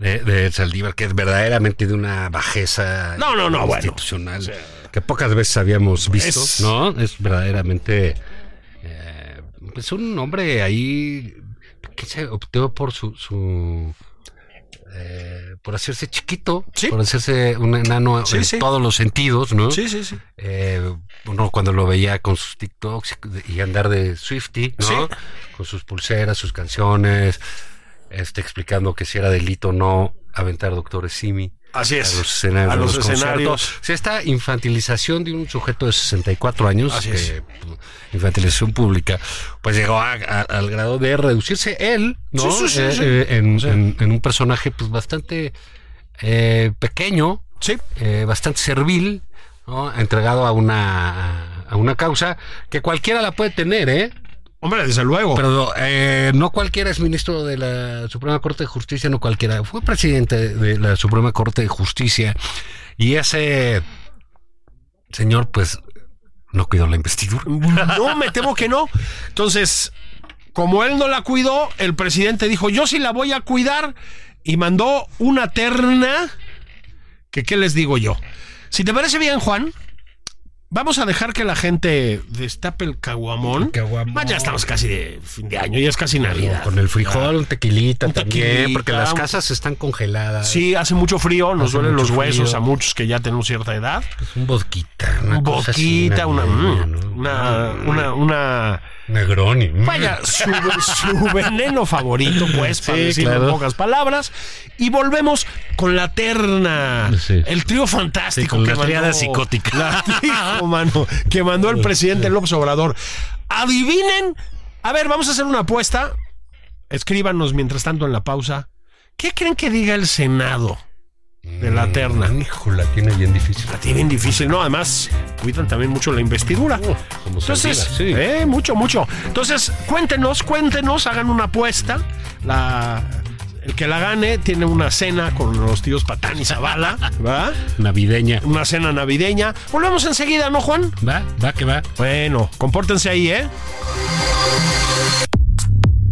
Speaker 2: De, de Saldívar, que es verdaderamente de una bajeza
Speaker 3: No, no, no, bueno.
Speaker 2: institucional que pocas veces habíamos visto,
Speaker 3: Es-
Speaker 2: ¿no? Es verdaderamente eh, pues un hombre ahí que se optó por su, su, eh, por hacerse chiquito,
Speaker 3: Sí.
Speaker 2: por hacerse un enano
Speaker 3: Sí,
Speaker 2: en
Speaker 3: sí.
Speaker 2: todos los sentidos, ¿no?
Speaker 3: Sí, sí, sí.
Speaker 2: Eh, uno cuando lo veía con sus TikToks y andar de Swifty, ¿no?
Speaker 3: Sí.
Speaker 2: Con sus pulseras, sus canciones, este, explicando que si era delito o no aventar doctores Simi.
Speaker 3: Así
Speaker 2: A
Speaker 3: es.
Speaker 2: los escenarios.
Speaker 3: A
Speaker 2: de
Speaker 3: los
Speaker 2: conciertos.
Speaker 3: escenarios.
Speaker 2: O sea, esta infantilización de un sujeto de 64 años,
Speaker 3: Así
Speaker 2: que,
Speaker 3: es.
Speaker 2: pu- infantilización pública, pues llegó a- a- al grado de reducirse él, ¿no?
Speaker 3: Sí, sí, sí,
Speaker 2: Eh,
Speaker 3: sí.
Speaker 2: eh, en, en- en un personaje pues bastante eh, pequeño,
Speaker 3: Sí.
Speaker 2: eh, bastante servil, ¿no? entregado a una, a una causa que cualquiera la puede tener, ¿eh?
Speaker 3: Hombre, desde luego.
Speaker 2: Pero eh, no cualquiera es ministro de la Suprema Corte de Justicia, no cualquiera. Fue presidente de la Suprema Corte de Justicia y ese señor, pues, no cuidó la investidura.
Speaker 3: No, me temo que no. Entonces, como él no la cuidó, el presidente dijo, yo sí la voy a cuidar y mandó una terna que qué les digo yo. Si te parece bien, Juan, vamos a dejar que la gente destape el caguamón.
Speaker 2: El caguamón.
Speaker 3: Ah, Ya estamos casi de fin de año, ya es casi Navidad.
Speaker 2: Con el frijol, un tequilita
Speaker 3: Un
Speaker 2: también,
Speaker 3: tequilita,
Speaker 2: porque las
Speaker 3: un-
Speaker 2: casas están congeladas.
Speaker 3: Sí, hace mucho frío, nos
Speaker 2: Hace
Speaker 3: duelen los
Speaker 2: mucho
Speaker 3: huesos
Speaker 2: frío.
Speaker 3: a muchos que ya tenemos cierta edad.
Speaker 2: Pues un vodquita, una
Speaker 3: Un
Speaker 2: cosa así,
Speaker 3: boquita, una,
Speaker 2: navideña,
Speaker 3: mm,
Speaker 2: ¿no?
Speaker 3: una, una, una
Speaker 2: Negroni. mm.
Speaker 3: Vaya, su, su veneno favorito, pues, para
Speaker 2: Sí,
Speaker 3: decirlo
Speaker 2: claro.
Speaker 3: en pocas palabras. Y volvemos con la terna,
Speaker 2: Sí.
Speaker 3: el trío fantástico.
Speaker 2: Sí, con la triada psicótica.
Speaker 3: la- hijo, mano, que mandó el presidente López Obrador. Adivinen. A ver, vamos a hacer una apuesta. Escríbanos mientras tanto en la pausa. ¿Qué creen que diga el Senado de la terna?
Speaker 2: Hijo, la tiene bien difícil.
Speaker 3: La tienen difícil, ¿no? Además, cuidan también mucho la investidura.
Speaker 2: Uh, como
Speaker 3: Entonces,
Speaker 2: Saldívar, sí.
Speaker 3: eh, mucho, mucho. Entonces, cuéntenos, cuéntenos, hagan una apuesta. La, el que la gane tiene una cena con los tíos Patán y Zavala, ¿va?
Speaker 2: Navideña.
Speaker 3: Una cena navideña. Volvemos enseguida, ¿no, Juan?
Speaker 2: Va, va que va.
Speaker 3: Bueno, compórtense ahí, ¿eh?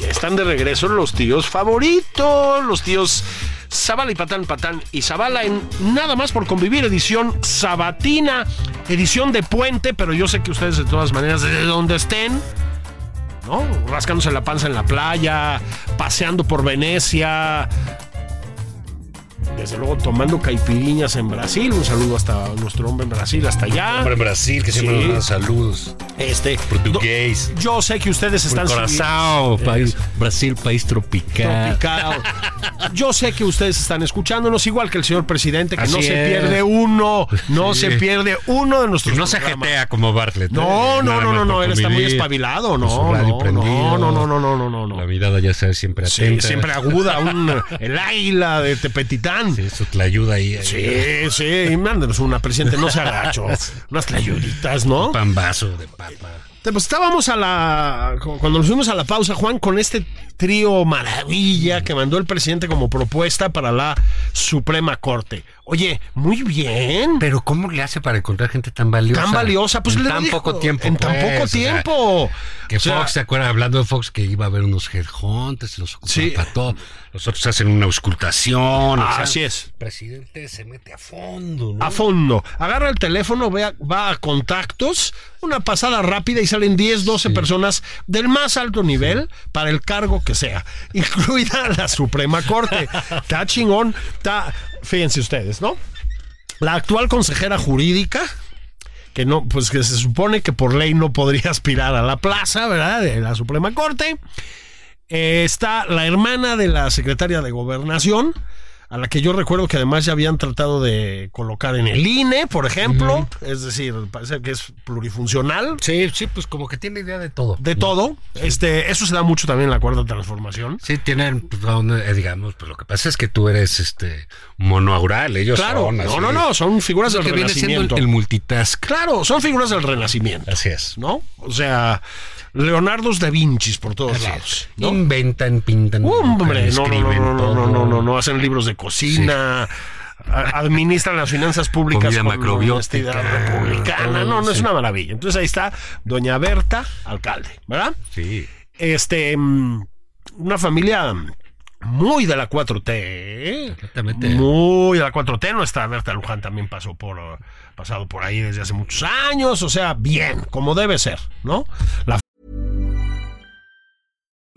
Speaker 3: Ya están de regreso los tíos favoritos, los tíos Zavala y Patán, Patán y Zavala en Nada más por convivir, edición sabatina, edición de puente, pero yo sé que ustedes de todas maneras, desde donde estén, ¿no? Rascándose la panza en la playa, paseando por Venecia, desde luego tomando caipiriñas en Brasil, un saludo hasta nuestro hombre en Brasil, hasta allá.
Speaker 2: Hombre en Brasil, que siempre
Speaker 3: Sí.
Speaker 2: nos dan saludos.
Speaker 3: Este,
Speaker 2: Portugués.
Speaker 3: yo sé que ustedes están...
Speaker 2: Corazao, país, Brasil, país tropical.
Speaker 3: tropical. Yo sé que ustedes están escuchándonos, igual que el señor presidente, que no
Speaker 2: Así
Speaker 3: se
Speaker 2: es.
Speaker 3: pierde uno, no
Speaker 2: Sí.
Speaker 3: se pierde uno de
Speaker 2: Y
Speaker 3: nuestros
Speaker 2: No se
Speaker 3: programas.
Speaker 2: jetea como Bartlett.
Speaker 3: No,
Speaker 2: ¿eh? Nada
Speaker 3: no, no,
Speaker 2: más
Speaker 3: no, no,
Speaker 2: por
Speaker 3: él está muy
Speaker 2: convivir,
Speaker 3: espabilado,
Speaker 2: con
Speaker 3: no,
Speaker 2: su radio
Speaker 3: no,
Speaker 2: prendido.
Speaker 3: no, no, no, no, no, no, no.
Speaker 2: La mirada ya sabes siempre
Speaker 3: Sí,
Speaker 2: atenta.
Speaker 3: siempre aguda, un, el águila de Tepetitán.
Speaker 2: Sí, eso te la ayuda ahí. ahí.
Speaker 3: Sí, sí, y mándenos una, presidente, no se agacho. Unas tlayuditas, ¿no?
Speaker 2: Pan vaso de papa.
Speaker 3: Te- Pues estábamos a la. cu- Cuando nos fuimos a la pausa, Juan, con este trío maravilla que mandó el presidente como propuesta para la Suprema Corte. Oye, muy bien.
Speaker 2: Pero ¿cómo le hace para encontrar gente tan valiosa?
Speaker 3: Tan valiosa, pues
Speaker 2: en
Speaker 3: le
Speaker 2: tan
Speaker 3: dijo,
Speaker 2: poco tiempo.
Speaker 3: En tan
Speaker 2: pues,
Speaker 3: poco
Speaker 2: o sea,
Speaker 3: tiempo.
Speaker 2: que
Speaker 3: O sea,
Speaker 2: Fox, ¿se acuerdan? Hablando de Fox, que iba a haber unos headhunters, los ocupan
Speaker 3: Sí. Ah,
Speaker 2: para todo. Los otros hacen una auscultación. o sea,
Speaker 3: así es.
Speaker 2: El presidente se mete a fondo, ¿no?
Speaker 3: A fondo. Agarra el teléfono, ve a- va a contactos, una pasada rápida y salen 10, 12 personas del más alto nivel para el cargo que sea, incluida la Suprema Corte. Está chingón. Está, fíjense ustedes, ¿no? La actual consejera jurídica, que no, pues que se supone que por ley no podría aspirar a la plaza, ¿verdad? De la Suprema Corte. Eh, está la hermana de la secretaria de Gobernación, a la que yo recuerdo que además ya habían tratado de colocar en el INE, por ejemplo. Es decir, parece que es plurifuncional.
Speaker 2: Sí, sí, pues como que tiene idea de todo.
Speaker 3: De todo. Este, eso se da mucho también en la cuarta transformación.
Speaker 2: Sí, tienen, pues, donde, eh, digamos, pues lo que pasa es que tú eres este monoaural, ellos
Speaker 3: Claro.
Speaker 2: son
Speaker 3: No, no, no. Son figuras
Speaker 2: Lo
Speaker 3: del
Speaker 2: que viene siendo
Speaker 3: renacimiento.
Speaker 2: el, el multitask.
Speaker 3: Claro, son figuras del renacimiento.
Speaker 2: Así es.
Speaker 3: ¿No? O sea, Leonardos da Vincis por todos
Speaker 2: Así
Speaker 3: lados.
Speaker 2: es.
Speaker 3: ¿no?
Speaker 2: Inventan, pintan,
Speaker 3: Hombre, no, no,
Speaker 2: escriben
Speaker 3: no, no, no,
Speaker 2: todo.
Speaker 3: no, no, no, hacen libros de cocina, a- administran las finanzas públicas
Speaker 2: Comida
Speaker 3: con
Speaker 2: macrobiótica,
Speaker 3: honestidad republicana. No, no, es
Speaker 2: sí.
Speaker 3: una maravilla. Entonces ahí está Doña Berta, alcalde, ¿verdad?
Speaker 2: Sí.
Speaker 3: Este, mm, una familia muy de la 4T, ¿eh?
Speaker 2: Completamente.
Speaker 3: muy de la 4T. Nuestra Berta Luján también pasó por, eh, pasado por ahí desde hace muchos años. O sea, bien, como debe ser, ¿no? La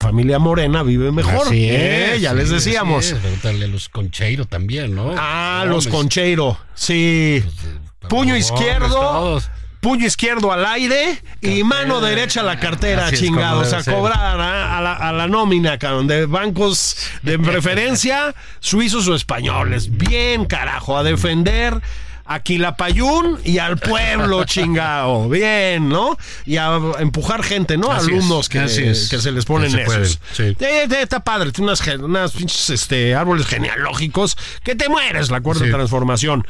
Speaker 3: familia morena vive mejor.
Speaker 2: Así
Speaker 3: ¿eh?
Speaker 2: es,
Speaker 3: ya
Speaker 2: sí,
Speaker 3: les
Speaker 2: así
Speaker 3: decíamos.
Speaker 2: es. Pregúntale a los Concheiro también, ¿no?
Speaker 3: Ah,
Speaker 2: No,
Speaker 3: los
Speaker 2: me-
Speaker 3: Concheiro. Sí. Puño
Speaker 2: Perdón,
Speaker 3: izquierdo.
Speaker 2: pues, todos.
Speaker 3: Puño izquierdo al aire y mano derecha a la cartera,
Speaker 2: Así es
Speaker 3: chingados.
Speaker 2: como
Speaker 3: A
Speaker 2: debe ser.
Speaker 3: cobrar a, a la, a la nómina, cabrón, de bancos de preferencia, suizos o españoles. Bien, carajo, a defender a Quilapayún y al pueblo, chingado. Bien, ¿no? Y a empujar gente, ¿no?
Speaker 2: Así es,
Speaker 3: Alumnos que,
Speaker 2: así es.
Speaker 3: que se les ponen
Speaker 2: Que se
Speaker 3: esos.
Speaker 2: pueden, sí.
Speaker 3: Eh, eh, está padre, tiene unas, gen- unas pinches este, árboles genealógicos que te mueres, la cuarta
Speaker 2: Sí.
Speaker 3: transformación.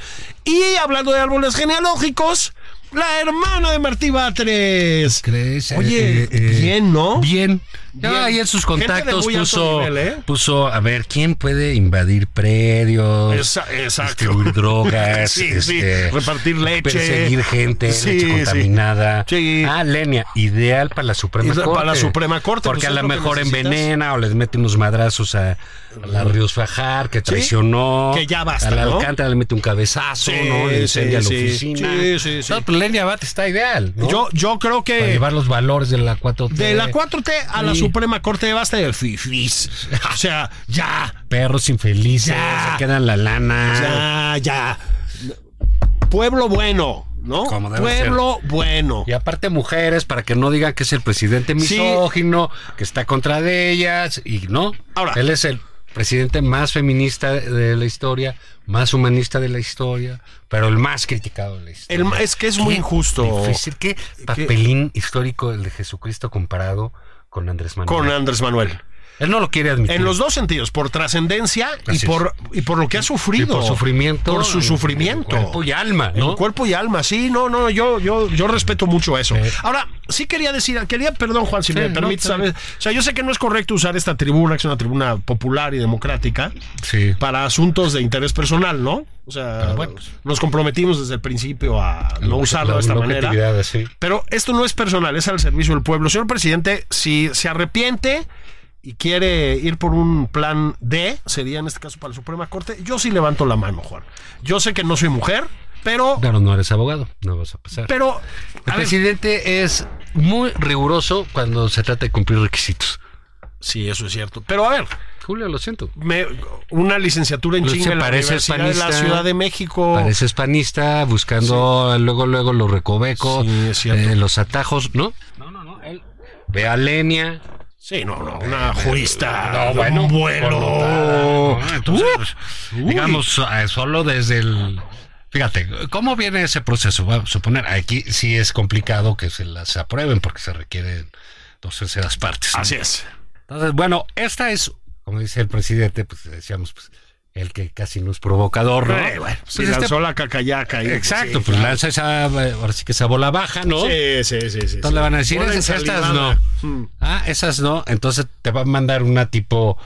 Speaker 3: Y hablando de árboles genealógicos, la hermana de Martí Batres.
Speaker 2: ¿Crees?
Speaker 3: Oye,
Speaker 2: Eh, eh,
Speaker 3: bien, ¿no?
Speaker 2: Bien.
Speaker 3: Bien.
Speaker 2: Ya ahí en sus
Speaker 3: Gente de
Speaker 2: contactos
Speaker 3: muy alto
Speaker 2: puso,
Speaker 3: nivel, ¿eh?
Speaker 2: puso, a ver, ¿quién puede invadir predios?
Speaker 3: Esa- exacto.
Speaker 2: Distribuir drogas.
Speaker 3: Sí, sí,
Speaker 2: este,
Speaker 3: repartir leche.
Speaker 2: Perseguir gente,
Speaker 3: Sí, sí.
Speaker 2: leche contaminada.
Speaker 3: Sí.
Speaker 2: Ah, leña, ideal para la Suprema
Speaker 3: Ideal
Speaker 2: Corte.
Speaker 3: para la Suprema Corte,
Speaker 2: Porque
Speaker 3: pues,
Speaker 2: a
Speaker 3: es
Speaker 2: lo
Speaker 3: lo que
Speaker 2: mejor
Speaker 3: necesitas.
Speaker 2: envenena o les mete unos madrazos a, a la Ríos Fajar, que traicionó.
Speaker 3: Que ya basta,
Speaker 2: A la
Speaker 3: ¿no?
Speaker 2: Alcántara le mete un cabezazo,
Speaker 3: Sí,
Speaker 2: ¿no? Le incendia
Speaker 3: sí,
Speaker 2: la
Speaker 3: sí.
Speaker 2: oficina.
Speaker 3: Sí, sí, sí.
Speaker 2: No, pues leña, Abate está ideal. ¿no?
Speaker 3: Yo, yo creo
Speaker 2: Para
Speaker 3: que
Speaker 2: llevar los valores de la 4T.
Speaker 3: Eh, de la 4T a la
Speaker 2: Sí.
Speaker 3: Suprema Corte de basta de fifis. O sea, ya,
Speaker 2: Perros infelices,
Speaker 3: Ya.
Speaker 2: se quedan la lana.
Speaker 3: ya, ya. Pueblo bueno, ¿no?
Speaker 2: Como debe
Speaker 3: Pueblo bueno.
Speaker 2: Y aparte mujeres, para que no digan que es el presidente
Speaker 3: Sí.
Speaker 2: misógino, que está contra de ellas, y no.
Speaker 3: Ahora.
Speaker 2: Él es el presidente más feminista de la historia, más humanista de la historia, pero el más criticado de la historia.
Speaker 3: El ma- es que es muy
Speaker 2: Qué
Speaker 3: injusto.
Speaker 2: Difícil. ¿Qué papelín histórico el de Jesucristo comparado con Andrés Manuel?
Speaker 3: Con Andrés Manuel.
Speaker 2: Él no lo quiere admitir.
Speaker 3: En los dos sentidos, por trascendencia y
Speaker 2: Así
Speaker 3: por, y por lo que ha
Speaker 2: Y
Speaker 3: sufrido.
Speaker 2: por sufrimiento.
Speaker 3: Por su
Speaker 2: en-
Speaker 3: sufrimiento.
Speaker 2: en Cuerpo y alma, ¿no?
Speaker 3: En cuerpo y alma, sí, no, no, yo, yo, yo respeto mucho eso.
Speaker 2: Eh.
Speaker 3: Ahora, sí quería decir, quería, perdón Juan, si
Speaker 2: Sí,
Speaker 3: me
Speaker 2: no,
Speaker 3: permites,
Speaker 2: está bien.
Speaker 3: ¿sabes? O sea, yo sé que no es correcto usar esta tribuna, que es una tribuna popular y democrática,
Speaker 2: Sí.
Speaker 3: para asuntos de interés personal, ¿no? O sea,
Speaker 2: Pero bueno. pues
Speaker 3: nos comprometimos desde el principio a no usarlo de esta
Speaker 2: La
Speaker 3: manera.
Speaker 2: objetividad, así.
Speaker 3: Pero esto no es personal, es al servicio del pueblo. Señor presidente, si se arrepiente y quiere ir por un plan D, sería en este caso para la Suprema Corte, yo sí levanto la mano, Juan. Yo sé que no soy mujer, pero...
Speaker 2: Claro, no eres abogado, no vas a pasar.
Speaker 3: Pero...
Speaker 2: el
Speaker 3: a ver,
Speaker 2: presidente es muy riguroso cuando se trata de cumplir requisitos.
Speaker 3: sí, eso es cierto. Pero a ver,
Speaker 2: Julio, lo siento.
Speaker 3: me- una licenciatura en
Speaker 2: Usted
Speaker 3: Chile en la
Speaker 2: parece
Speaker 3: Universidad de la
Speaker 2: hispanista.
Speaker 3: Ciudad de México.
Speaker 2: Parece hispanista, buscando luego, luego los recovecos,
Speaker 3: Sí, es cierto.
Speaker 2: eh, los atajos, ¿no? No, no, no. Él ve a Lenia,
Speaker 3: Sí, no, no, una jurista.
Speaker 2: No,
Speaker 3: de
Speaker 2: bueno,
Speaker 3: Ah, un vuelo.
Speaker 2: connotada, ¿no? Entonces,
Speaker 3: Uh,
Speaker 2: pues,
Speaker 3: uy.
Speaker 2: digamos, eh, solo desde el. Fíjate, ¿cómo viene ese proceso? Vamos a suponer, aquí sí es complicado que se las aprueben porque se requieren dos terceras partes. ¿no?
Speaker 3: Así es.
Speaker 2: Entonces, bueno, esta es, como dice el presidente, pues decíamos, pues, el que casi nos provocador, ¿no?
Speaker 3: Eh, bueno,
Speaker 2: Pues,
Speaker 3: sí,
Speaker 2: este-
Speaker 3: lanzó la cacayaca. ahí.
Speaker 2: Exacto, pues
Speaker 3: Sí, claro.
Speaker 2: lanza esa, eh, ahora sí que esa bola baja, ¿no?
Speaker 3: Sí, sí, sí. sí,
Speaker 2: Entonces le van a decir,
Speaker 3: Bola
Speaker 2: "Esas- estas
Speaker 3: ensalivada.
Speaker 2: no.
Speaker 3: Mm.
Speaker 2: Ah, esas no. Entonces te van a mandar una tipo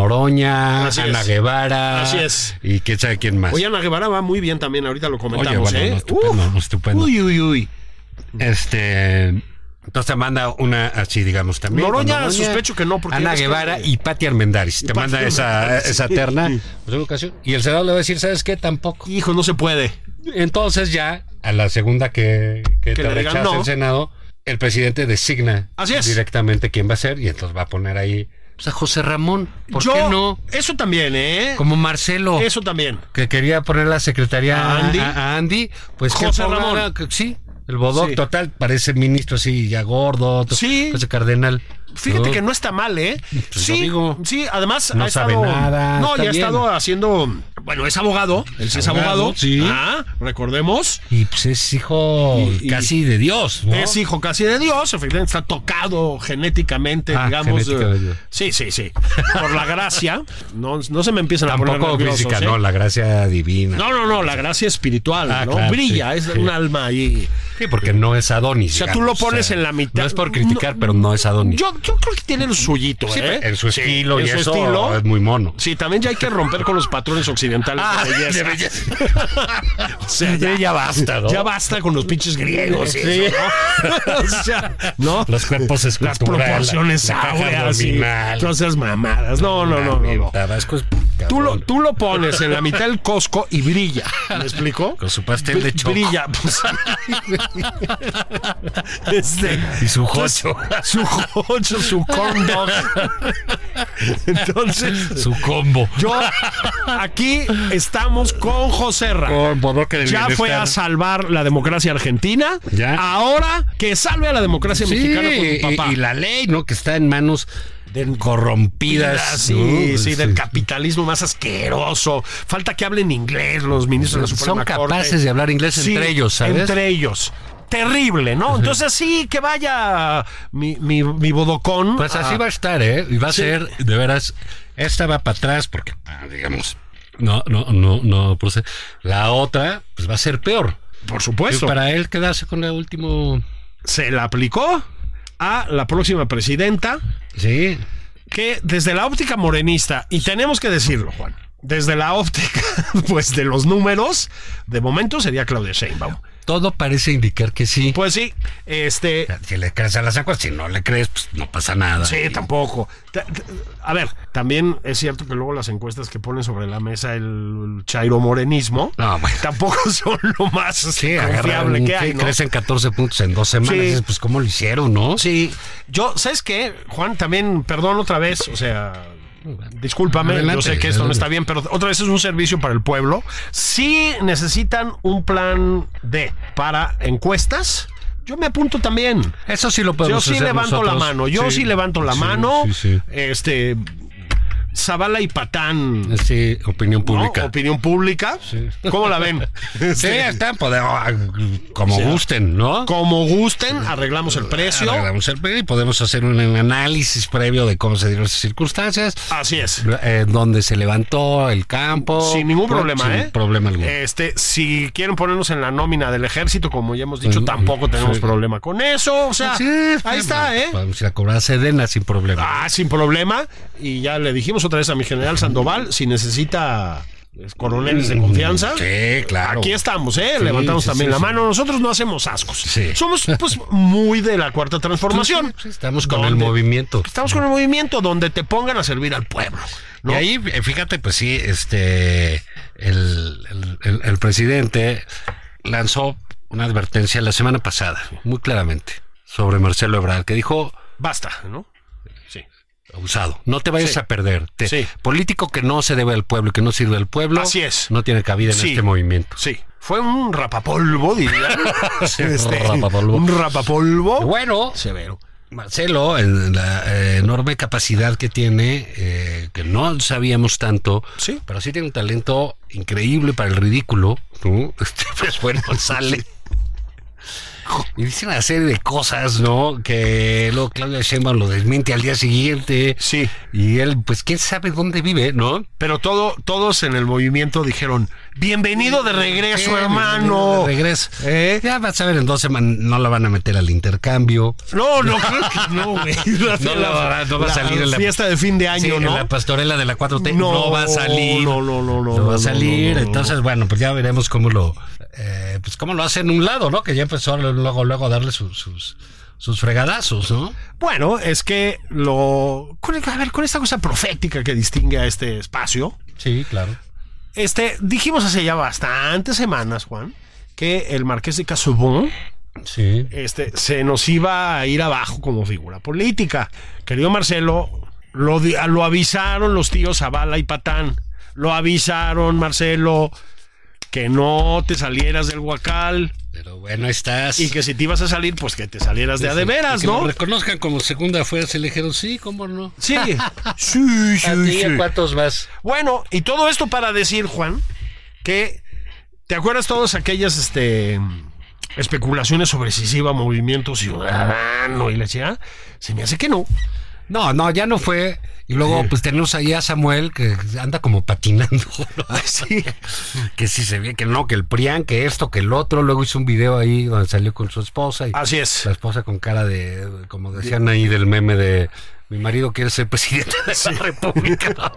Speaker 2: Noroña,
Speaker 3: Así
Speaker 2: Ana
Speaker 3: es.
Speaker 2: Guevara.
Speaker 3: Así es.
Speaker 2: Y quién sabe quién más.
Speaker 3: Oye, Ana Guevara va muy bien también, ahorita lo comentamos,
Speaker 2: bueno,
Speaker 3: ¿eh?
Speaker 2: no, estupendo, no, estupendo.
Speaker 3: Uy, uy, uy.
Speaker 2: Este. Entonces te manda una así, digamos, también.
Speaker 3: Noroña,
Speaker 2: Con
Speaker 3: sospecho que no, porque
Speaker 2: Ana
Speaker 3: eres-
Speaker 2: Guevara y Pati Armendaris. Te
Speaker 3: Pati
Speaker 2: manda esa,
Speaker 3: Armendáriz, sí.
Speaker 2: esa terna.
Speaker 3: Sí.
Speaker 2: pues, en ocasión. Y el Senado le va a decir, ¿sabes qué? Tampoco.
Speaker 3: Hijo, no se puede.
Speaker 2: Entonces ya, a la segunda que, que
Speaker 3: Que
Speaker 2: te
Speaker 3: le digan
Speaker 2: rechaza
Speaker 3: no.
Speaker 2: el Senado, el presidente designa
Speaker 3: Así es.
Speaker 2: directamente quién va a ser y entonces va a poner ahí pues, a José Ramón. ¿Por
Speaker 3: Yo-
Speaker 2: qué no?
Speaker 3: Eso también, ¿eh?
Speaker 2: Como Marcelo,
Speaker 3: Eso también.
Speaker 2: que quería poner la secretaria
Speaker 3: ¿A
Speaker 2: a
Speaker 3: Andy?
Speaker 2: Andy, a Andy pues que
Speaker 3: José
Speaker 2: ponga-
Speaker 3: Ramón.
Speaker 2: que- sí, el bodoc,
Speaker 3: Sí.
Speaker 2: total, parece ministro así ya gordo, otro-
Speaker 3: Sí.
Speaker 2: ese cardenal.
Speaker 3: Fíjate
Speaker 2: ¿no?
Speaker 3: que no está mal, ¿eh?
Speaker 2: Pues
Speaker 3: sí,
Speaker 2: lo digo.
Speaker 3: sí, además
Speaker 2: No
Speaker 3: ha
Speaker 2: sabe
Speaker 3: estado,
Speaker 2: nada,
Speaker 3: No,
Speaker 2: está
Speaker 3: ya ha
Speaker 2: bien.
Speaker 3: estado haciendo, bueno, es abogado, él sí es
Speaker 2: Abogado,
Speaker 3: abogado,
Speaker 2: sí.
Speaker 3: Ah, recordemos,
Speaker 2: Y pues es hijo
Speaker 3: Y- y-
Speaker 2: casi de Dios, ¿no?
Speaker 3: es hijo casi de Dios, efectivamente está tocado genéticamente,
Speaker 2: Ah,
Speaker 3: digamos, eh,
Speaker 2: genética de Dios.
Speaker 3: sí, sí, sí, por la gracia, no, no se me empiezan a poner
Speaker 2: Tampoco
Speaker 3: nerviosos,
Speaker 2: física,
Speaker 3: ¿eh?
Speaker 2: no, la gracia divina.
Speaker 3: No, no, no, la gracia espiritual,
Speaker 2: Ah,
Speaker 3: ¿no?
Speaker 2: claro,
Speaker 3: Brilla,
Speaker 2: sí,
Speaker 3: es
Speaker 2: sí.
Speaker 3: un alma ahí.
Speaker 2: Sí, porque no es Adonis.
Speaker 3: O sea, tú lo pones en la mitad.
Speaker 2: No es por criticar, pero no es Adonis.
Speaker 3: Yo, yo creo que tiene el suyito,
Speaker 2: Sí,
Speaker 3: ¿eh?
Speaker 2: en su
Speaker 3: Sí,
Speaker 2: estilo
Speaker 3: en
Speaker 2: y
Speaker 3: su
Speaker 2: eso eh.
Speaker 3: estilo.
Speaker 2: es muy mono.
Speaker 3: Sí, también ya hay que romper con los patrones occidentales de belleza. O sea, ya,
Speaker 2: Ah, ya basta, ¿no?
Speaker 3: ya basta con los pinches griegos. y
Speaker 2: Sí.
Speaker 3: eso, ¿no? o sea, ¿no?
Speaker 2: Los cuerpos
Speaker 3: Las
Speaker 2: esculturales.
Speaker 3: proporciones áureas y todas esas mamadas. No, no, no, no. no.
Speaker 2: Tabasco es
Speaker 3: Tú lo,
Speaker 2: cabrón.
Speaker 3: tú lo pones en la mitad del Costco y brilla. ¿Me explico?
Speaker 2: Con su pastel de choco.
Speaker 3: Brilla. pues. Este,
Speaker 2: Y su jocho.
Speaker 3: su jocho, su corn dog. Entonces,
Speaker 2: su combo.
Speaker 3: yo aquí estamos con José
Speaker 2: Con bodoque del
Speaker 3: Ya
Speaker 2: bienestar.
Speaker 3: fue a salvar la democracia argentina.
Speaker 2: Ya.
Speaker 3: Ahora que salve a la democracia
Speaker 2: Sí,
Speaker 3: mexicana con mi papá.
Speaker 2: y, y la ley, ¿no? Que está en manos corrompidas.
Speaker 3: Sí,
Speaker 2: ¿no? pues,
Speaker 3: sí, del capitalismo más asqueroso. Falta que hablen inglés los ministros de la
Speaker 2: Son
Speaker 3: Suprema Corte.
Speaker 2: capaces de hablar inglés
Speaker 3: Sí,
Speaker 2: entre ellos, ¿sabes?
Speaker 3: Entre ellos. Terrible, ¿no? Entonces sí, que vaya mi, mi, mi bodocón.
Speaker 2: Pues así
Speaker 3: a-
Speaker 2: va a estar, ¿eh? Y va a ser, de veras, esta va para atrás porque, ah, digamos, no, no, no, no procede. La otra, pues va a ser peor.
Speaker 3: Por supuesto.
Speaker 2: Y para él quedarse con el último.
Speaker 3: Se la aplicó a la próxima presidenta,
Speaker 2: Sí.
Speaker 3: que desde la óptica morenista, y tenemos que decirlo, Juan, desde la óptica, pues de los números, de momento sería Claudia Sheinbaum.
Speaker 2: Todo parece indicar que sí.
Speaker 3: Pues sí, este,
Speaker 2: Si le crees a las aguas, si no le crees, pues no pasa nada.
Speaker 3: Sí, tampoco. Ta- ta- A ver, también es cierto que luego las encuestas que ponen sobre la mesa el chairo morenismo
Speaker 2: No, Ah, bueno.
Speaker 3: tampoco son lo más
Speaker 2: Sí,
Speaker 3: confiable
Speaker 2: agarran,
Speaker 3: que hay,
Speaker 2: sí,
Speaker 3: ¿no?
Speaker 2: crecen 14 puntos en dos semanas.
Speaker 3: Sí.
Speaker 2: Dices, Pues, ¿cómo lo hicieron, no?
Speaker 3: Sí, yo, ¿sabes qué? Juan, también, perdón otra vez, o sea, discúlpame, yo
Speaker 2: Adelante,
Speaker 3: sé que esto no
Speaker 2: adelante.
Speaker 3: está bien, pero otra vez es un servicio para el pueblo. Sí necesitan un plan D para encuestas. Yo me apunto también.
Speaker 2: Eso sí lo podemos
Speaker 3: yo sí
Speaker 2: hacer
Speaker 3: levanto
Speaker 2: nosotros.
Speaker 3: la mano, yo sí, levanto la
Speaker 2: Sí,
Speaker 3: mano.
Speaker 2: Sí, sí.
Speaker 3: Este Zavala y Patán, ¿no?
Speaker 2: Sí, opinión pública.
Speaker 3: opinión pública. ¿Cómo la ven?
Speaker 2: Sí, están pues, ah, como gusten, ¿no?
Speaker 3: Este, Como gusten, arreglamos el precio.
Speaker 2: Arreglamos el pedido y podemos hacer un análisis previo de cómo se dieron esas circunstancias,
Speaker 3: Así es.
Speaker 2: eh, dónde se levantó el campo.
Speaker 3: Sin ningún
Speaker 2: Bueno,
Speaker 3: problema,
Speaker 2: sin
Speaker 3: ¿eh?
Speaker 2: problema alguno.
Speaker 3: Este, si quieren ponernos en la nómina del ejército, como ya hemos dicho,
Speaker 2: Pues, Sí,
Speaker 3: tampoco tenemos
Speaker 2: sí.
Speaker 3: problema con eso. O sea,
Speaker 2: Sí, pues,
Speaker 3: ahí está, ¿eh?
Speaker 2: Podemos ir a cobrar a Sedena sin problema.
Speaker 3: Ah, sin problema. Y ya le dijimos otra vez a mi general Sandoval, si necesita eh, coroneles de confianza.
Speaker 2: Mm, Sí, claro.
Speaker 3: Aquí estamos, ¿eh?
Speaker 2: Sí,
Speaker 3: Levantamos
Speaker 2: sí,
Speaker 3: también
Speaker 2: sí,
Speaker 3: la
Speaker 2: sí.
Speaker 3: mano. Nosotros no hacemos ascos.
Speaker 2: Sí.
Speaker 3: Somos, pues, muy de la cuarta transformación.
Speaker 2: Sí, sí, Estamos con el
Speaker 3: Donde-
Speaker 2: movimiento.
Speaker 3: Estamos con el movimiento donde te pongan a servir al pueblo. ¿no?
Speaker 2: Y ahí, eh, fíjate, pues sí, este, el, el- el- el presidente lanzó una advertencia la semana pasada, muy claramente, sobre Marcelo Ebrard, que dijo,
Speaker 3: Basta, ¿no? Sí.
Speaker 2: abusado, no te vayas
Speaker 3: Sí.
Speaker 2: a perder. Te-
Speaker 3: Sí.
Speaker 2: Político que no se debe al pueblo, y que no sirve al pueblo,
Speaker 3: Así es.
Speaker 2: no tiene cabida en
Speaker 3: Sí.
Speaker 2: este movimiento.
Speaker 3: Sí. Fue un rapapolvo, diría. Este,
Speaker 2: Sí, rapapolvo.
Speaker 3: Un rapapolvo.
Speaker 2: Bueno,
Speaker 3: Oh. Severo.
Speaker 2: Marcelo, en la eh, enorme capacidad que tiene, eh, que no sabíamos tanto,
Speaker 3: Sí.
Speaker 2: pero sí tiene un talento increíble para el ridículo. ¿no? Este, pues bueno, sale. Y dice una serie de cosas, ¿no? Que luego Claudia Sheinbaum lo desmiente al día siguiente.
Speaker 3: Sí.
Speaker 2: Y él, pues quién sabe dónde vive, ¿no?
Speaker 3: Pero todo, todos en el movimiento dijeron, bienvenido de regreso,
Speaker 2: Eh,
Speaker 3: hermano.
Speaker 2: de regreso.
Speaker 3: ¿Eh?
Speaker 2: Ya vas a ver, en dos semanas no la van a meter al intercambio.
Speaker 3: No, no creo que no, güey. La-
Speaker 2: No, la- no va a salir en la-
Speaker 3: fiesta de fin de
Speaker 2: Sí,
Speaker 3: año,
Speaker 2: en
Speaker 3: ¿no?
Speaker 2: la pastorela de la 4T no, va a salir.
Speaker 3: No, no, no, no.
Speaker 2: No va a salir,
Speaker 3: no, no, no.
Speaker 2: entonces bueno, pues ya veremos cómo lo, eh, pues cómo lo hacen un lado, ¿no? Que ya empezó luego, luego a darle sus, sus, sus fregadazos, ¿no?
Speaker 3: Bueno, es que lo. con el- a ver, con esta cosa profética que distingue a este espacio.
Speaker 2: Sí, claro.
Speaker 3: Este, dijimos hace ya bastantes semanas, Juan, que el marqués de Casobón
Speaker 2: Sí.
Speaker 3: este, se nos iba a ir abajo como figura política. Querido Marcelo, lo, di- lo avisaron los tíos Zavala y Patán. Lo avisaron, Marcelo, que no te salieras del huacal
Speaker 2: Pero bueno, ahí estás.
Speaker 3: y que si te ibas a salir, pues que te salieras de a de veras,
Speaker 2: Y que lo
Speaker 3: ¿no?
Speaker 2: reconozcan como segunda fuerza, y le dijeron, sí, cómo no.
Speaker 3: Sí. Sí,
Speaker 2: ¿A
Speaker 3: sí,
Speaker 2: ti a
Speaker 3: sí.
Speaker 2: cuántos vas?
Speaker 3: Bueno, y todo esto para decir, Juan, que ¿te acuerdas todas aquellas este, especulaciones sobre si se iba a movimiento ciudadano y la decía? Se me hace que no.
Speaker 2: No, no, ya no fue. Y luego, pues tenemos ahí a Samuel que anda como patinando. ¿no? que sí se ve que no, que el Prián, que esto, que el otro. Luego hizo un video ahí donde salió con su esposa. Y
Speaker 3: Así es.
Speaker 2: La esposa con cara Ah, de, como decían ahí del meme de. Mi marido quiere ser presidente de la República.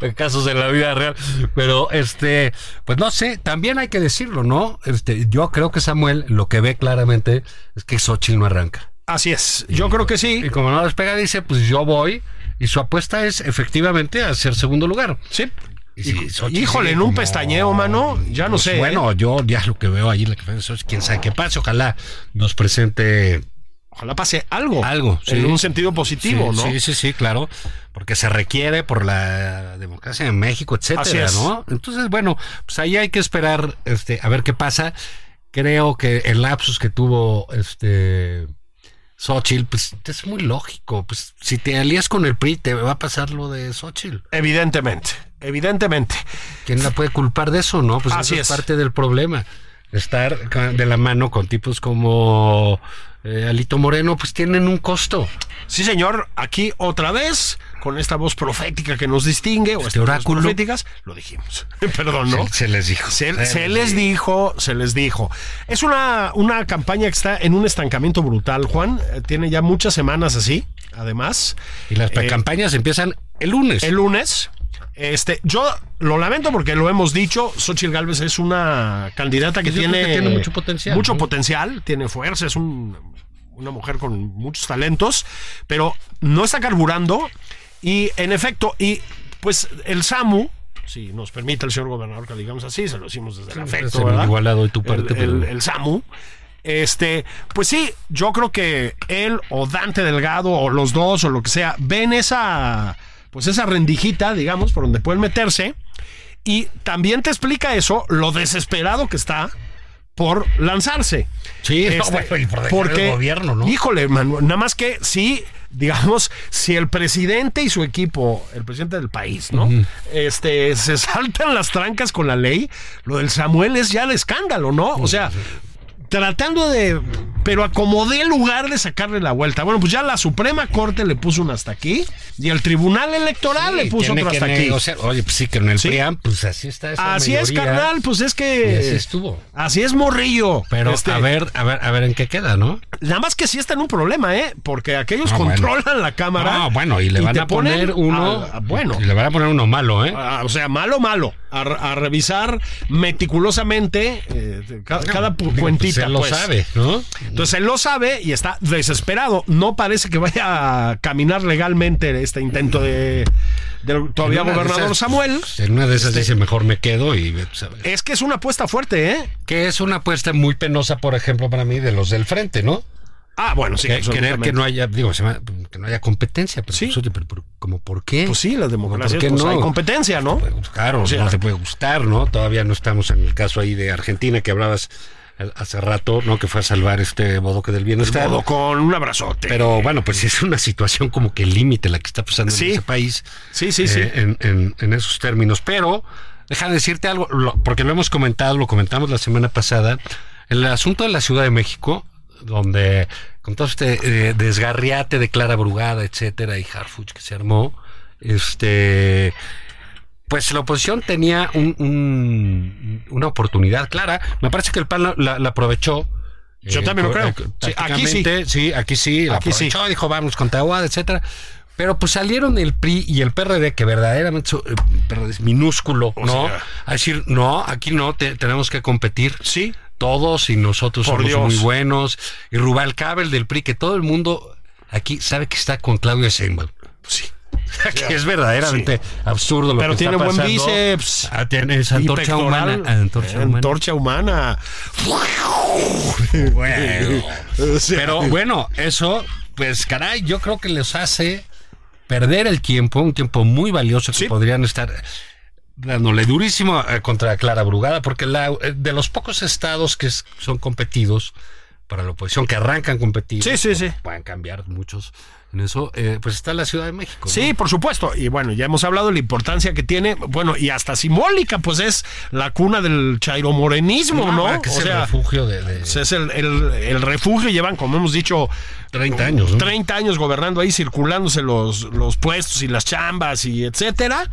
Speaker 2: en casos de la vida real. Pero, este, pues no sé, también hay que decirlo, ¿no? Este, yo creo que Samuel lo que ve claramente es que Xochitl no arranca.
Speaker 3: Así es. Yo creo que sí.
Speaker 2: Y como no despega, dice, pues yo voy. Y su apuesta es efectivamente a ser segundo lugar.
Speaker 3: Sí.
Speaker 2: Y si Xochitl
Speaker 3: Híjole,
Speaker 2: sigue
Speaker 3: en un
Speaker 2: como-
Speaker 3: pestañeo, mano, ya no
Speaker 2: Pues
Speaker 3: sé. ¿eh?
Speaker 2: Bueno, yo ya lo que veo ahí, en la que quién sabe qué pase. Ojalá nos presente
Speaker 3: ojalá pase algo.
Speaker 2: algo. sí.
Speaker 3: En un sentido
Speaker 2: Sí,
Speaker 3: positivo, ¿no?
Speaker 2: sí, sí, sí, claro, porque se requiere por la democracia en México,
Speaker 3: Así
Speaker 2: etcétera,
Speaker 3: es.
Speaker 2: ¿no? Entonces, bueno, pues ahí hay que esperar este, a ver qué pasa. Creo que el lapsus que tuvo este Xochitl, pues es muy lógico. Pues si te alías con el PRI, te va a pasar lo de Xochitl.
Speaker 3: Evidentemente. Evidentemente.
Speaker 2: ¿Quién la puede culpar de eso, no? Pues
Speaker 3: Así
Speaker 2: eso
Speaker 3: es.
Speaker 2: es parte del problema. Estar ca- de la mano con tipos como eh, Alito Moreno, pues tienen un costo.
Speaker 3: Sí, señor, aquí otra vez, con esta voz profética que nos distingue, o estas voces
Speaker 2: Este oráculo.
Speaker 3: proféticas, lo dijimos. Perdón, ¿no?
Speaker 2: Se, se les dijo.
Speaker 3: Se, se les dijo, se les dijo. Es una, una campaña que está en un estancamiento brutal, Juan. Eh, Tiene ya muchas semanas así, además.
Speaker 2: Y las
Speaker 3: Eh,
Speaker 2: campañas empiezan el lunes.
Speaker 3: El lunes. Este, yo lo lamento porque lo hemos dicho, Xochitl Gálvez es una candidata que
Speaker 2: Pues Yo creo
Speaker 3: tiene,
Speaker 2: que tiene mucho potencial,
Speaker 3: Mucho
Speaker 2: ¿no?
Speaker 3: potencial, tiene fuerza, es un- una mujer con muchos talentos, pero no está carburando. Y en efecto, y pues el SAMU, si nos permite el señor gobernador que digamos así, se lo hicimos desde el
Speaker 2: pues,
Speaker 3: afecto,
Speaker 2: en
Speaker 3: ¿verdad?
Speaker 2: igual la doy tu parte,
Speaker 3: El- el-
Speaker 2: pero-
Speaker 3: el SAMU. Este, pues sí, yo creo que él o Dante Delgado o los dos o lo que sea, ven esa, pues esa rendijita, digamos, por donde pueden meterse. Y también te explica eso, lo desesperado que está por lanzarse.
Speaker 2: Sí, no, bueno, y por dejar el gobierno, ¿no?
Speaker 3: Este, Híjole, Manuel, nada más que sí, digamos, si el presidente y su equipo, el presidente del país, ¿no? Este, se saltan las trancas con la ley, lo del Samuel es ya el escándalo, ¿no? O sea, tratando de, pero acomodé el lugar de sacarle la vuelta. Bueno, pues ya la Suprema Corte le puso un hasta aquí y el Tribunal Electoral le puso
Speaker 2: Tiene
Speaker 3: otro
Speaker 2: que
Speaker 3: hasta aquí.
Speaker 2: negociar. Oye, pues sí, que en el
Speaker 3: Sí.
Speaker 2: PRIAM, pues así está. esa
Speaker 3: Así es,
Speaker 2: mayoría.
Speaker 3: carnal, pues es
Speaker 2: Y
Speaker 3: que...
Speaker 2: así estuvo.
Speaker 3: Así es, morrillo.
Speaker 2: Pero
Speaker 3: Este,
Speaker 2: a ver, a ver, a ver en qué queda, ¿no?
Speaker 3: Nada más que sí está en un problema, ¿eh? Porque aquellos
Speaker 2: Ah, bueno.
Speaker 3: controlan la cámara.
Speaker 2: Ah, bueno, y le van
Speaker 3: te
Speaker 2: a poner
Speaker 3: ponen
Speaker 2: uno.
Speaker 3: a- a- bueno, Ah,
Speaker 2: Y le van a poner uno malo, ¿eh?
Speaker 3: a- o sea, malo, malo. A, a revisar meticulosamente eh, ca- cada, pu-
Speaker 2: Digo, pues,
Speaker 3: cuentita.
Speaker 2: él lo
Speaker 3: pues.
Speaker 2: sabe, ¿no?
Speaker 3: Entonces él lo sabe y está desesperado. No parece que vaya a caminar legalmente este intento de, del todavía
Speaker 2: En una de
Speaker 3: gobernador
Speaker 2: esas,
Speaker 3: Samuel. este Eh,
Speaker 2: pues, En una de esas dice, mejor me quedo y ve, pues, a ver.
Speaker 3: Es que es una apuesta fuerte, ¿eh?
Speaker 2: Que es una apuesta muy penosa, por ejemplo, para mí, de los del frente, ¿no?
Speaker 3: Ah, bueno, sí.
Speaker 2: Que- creer
Speaker 3: absolutamente.
Speaker 2: que no haya, digo, se llama- que no haya competencia. Pero,
Speaker 3: Sí.
Speaker 2: pues, oye, pero- pero, ¿cómo por qué?
Speaker 3: Pues sí, las democracias
Speaker 2: ¿Por qué
Speaker 3: pues,
Speaker 2: no?
Speaker 3: hay competencia, ¿no?
Speaker 2: Claro,
Speaker 3: sea-
Speaker 2: no te puede gustar, ¿no? Todavía no estamos en el caso ahí de Argentina que hablabas hace rato, ¿no? Que fue a salvar este bodoque del bienestar.
Speaker 3: Todo con un abrazote.
Speaker 2: Pero bueno, pues sí es una situación como que límite la que está pasando
Speaker 3: Sí.
Speaker 2: en ese país.
Speaker 3: Sí, sí, sí.
Speaker 2: eh, En, en- en esos términos. Pero, déjame decirte algo, lo- porque lo hemos comentado, lo comentamos la semana pasada, el asunto de la Ciudad de México, donde con todo este eh, desgarriate de Clara Brugada, etcétera, y Harfuch que se armó, este pues la oposición tenía un- un- una oportunidad clara. Me parece que el PAN la, la- la aprovechó.
Speaker 3: Yo también lo creo.
Speaker 2: eh,
Speaker 3: Sí, aquí sí.
Speaker 2: tácticamente, sí, aquí sí. La
Speaker 3: Aquí sí.
Speaker 2: aprovechó, dijo vamos contra Aguada, etcétera. Pero pues salieron el PRI y el PRD, que verdaderamente su- eh, PRD es minúsculo, ¿no?
Speaker 3: sea.
Speaker 2: a decir, no, aquí no, te- tenemos que competir
Speaker 3: Sí.
Speaker 2: todos y nosotros
Speaker 3: Por
Speaker 2: somos
Speaker 3: Dios.
Speaker 2: muy buenos. Y Rubalcaba, el del PRI, que todo el mundo aquí sabe que está con Claudia Sheinbaum.
Speaker 3: Sí.
Speaker 2: Que es verdaderamente absurdo lo
Speaker 3: Pero
Speaker 2: que
Speaker 3: tiene
Speaker 2: está
Speaker 3: buen
Speaker 2: pasando.
Speaker 3: bíceps.
Speaker 2: Ah, tiene esa antorcha
Speaker 3: Pectoral. Eh,
Speaker 2: humana. Antorcha humana.
Speaker 3: Antorcha humana.
Speaker 2: Bueno.
Speaker 3: O sea,
Speaker 2: Pero bueno, eso, pues caray, yo creo que les hace perder el tiempo, un tiempo muy valioso que
Speaker 3: Sí.
Speaker 2: podrían estar dándole durísimo eh, contra Clara Brugada, porque la- eh, de los pocos estados que es- son competidos para la oposición, que arrancan competidos,
Speaker 3: Sí, sí, sí.
Speaker 2: pueden cambiar muchos en eso, eh, pues está la Ciudad de México. ¿no?
Speaker 3: Sí, por supuesto. Y bueno, ya hemos hablado de la importancia que tiene, bueno, y hasta simbólica, pues es la cuna del chairomorenismo, ¿no?
Speaker 2: Ah, Que es
Speaker 3: o
Speaker 2: el
Speaker 3: sea,
Speaker 2: refugio de, de
Speaker 3: pues es el, el- el refugio, llevan, como hemos dicho,
Speaker 2: 30 años. ¿no?
Speaker 3: 30 años gobernando ahí, circulándose los, los puestos y las chambas y etcétera.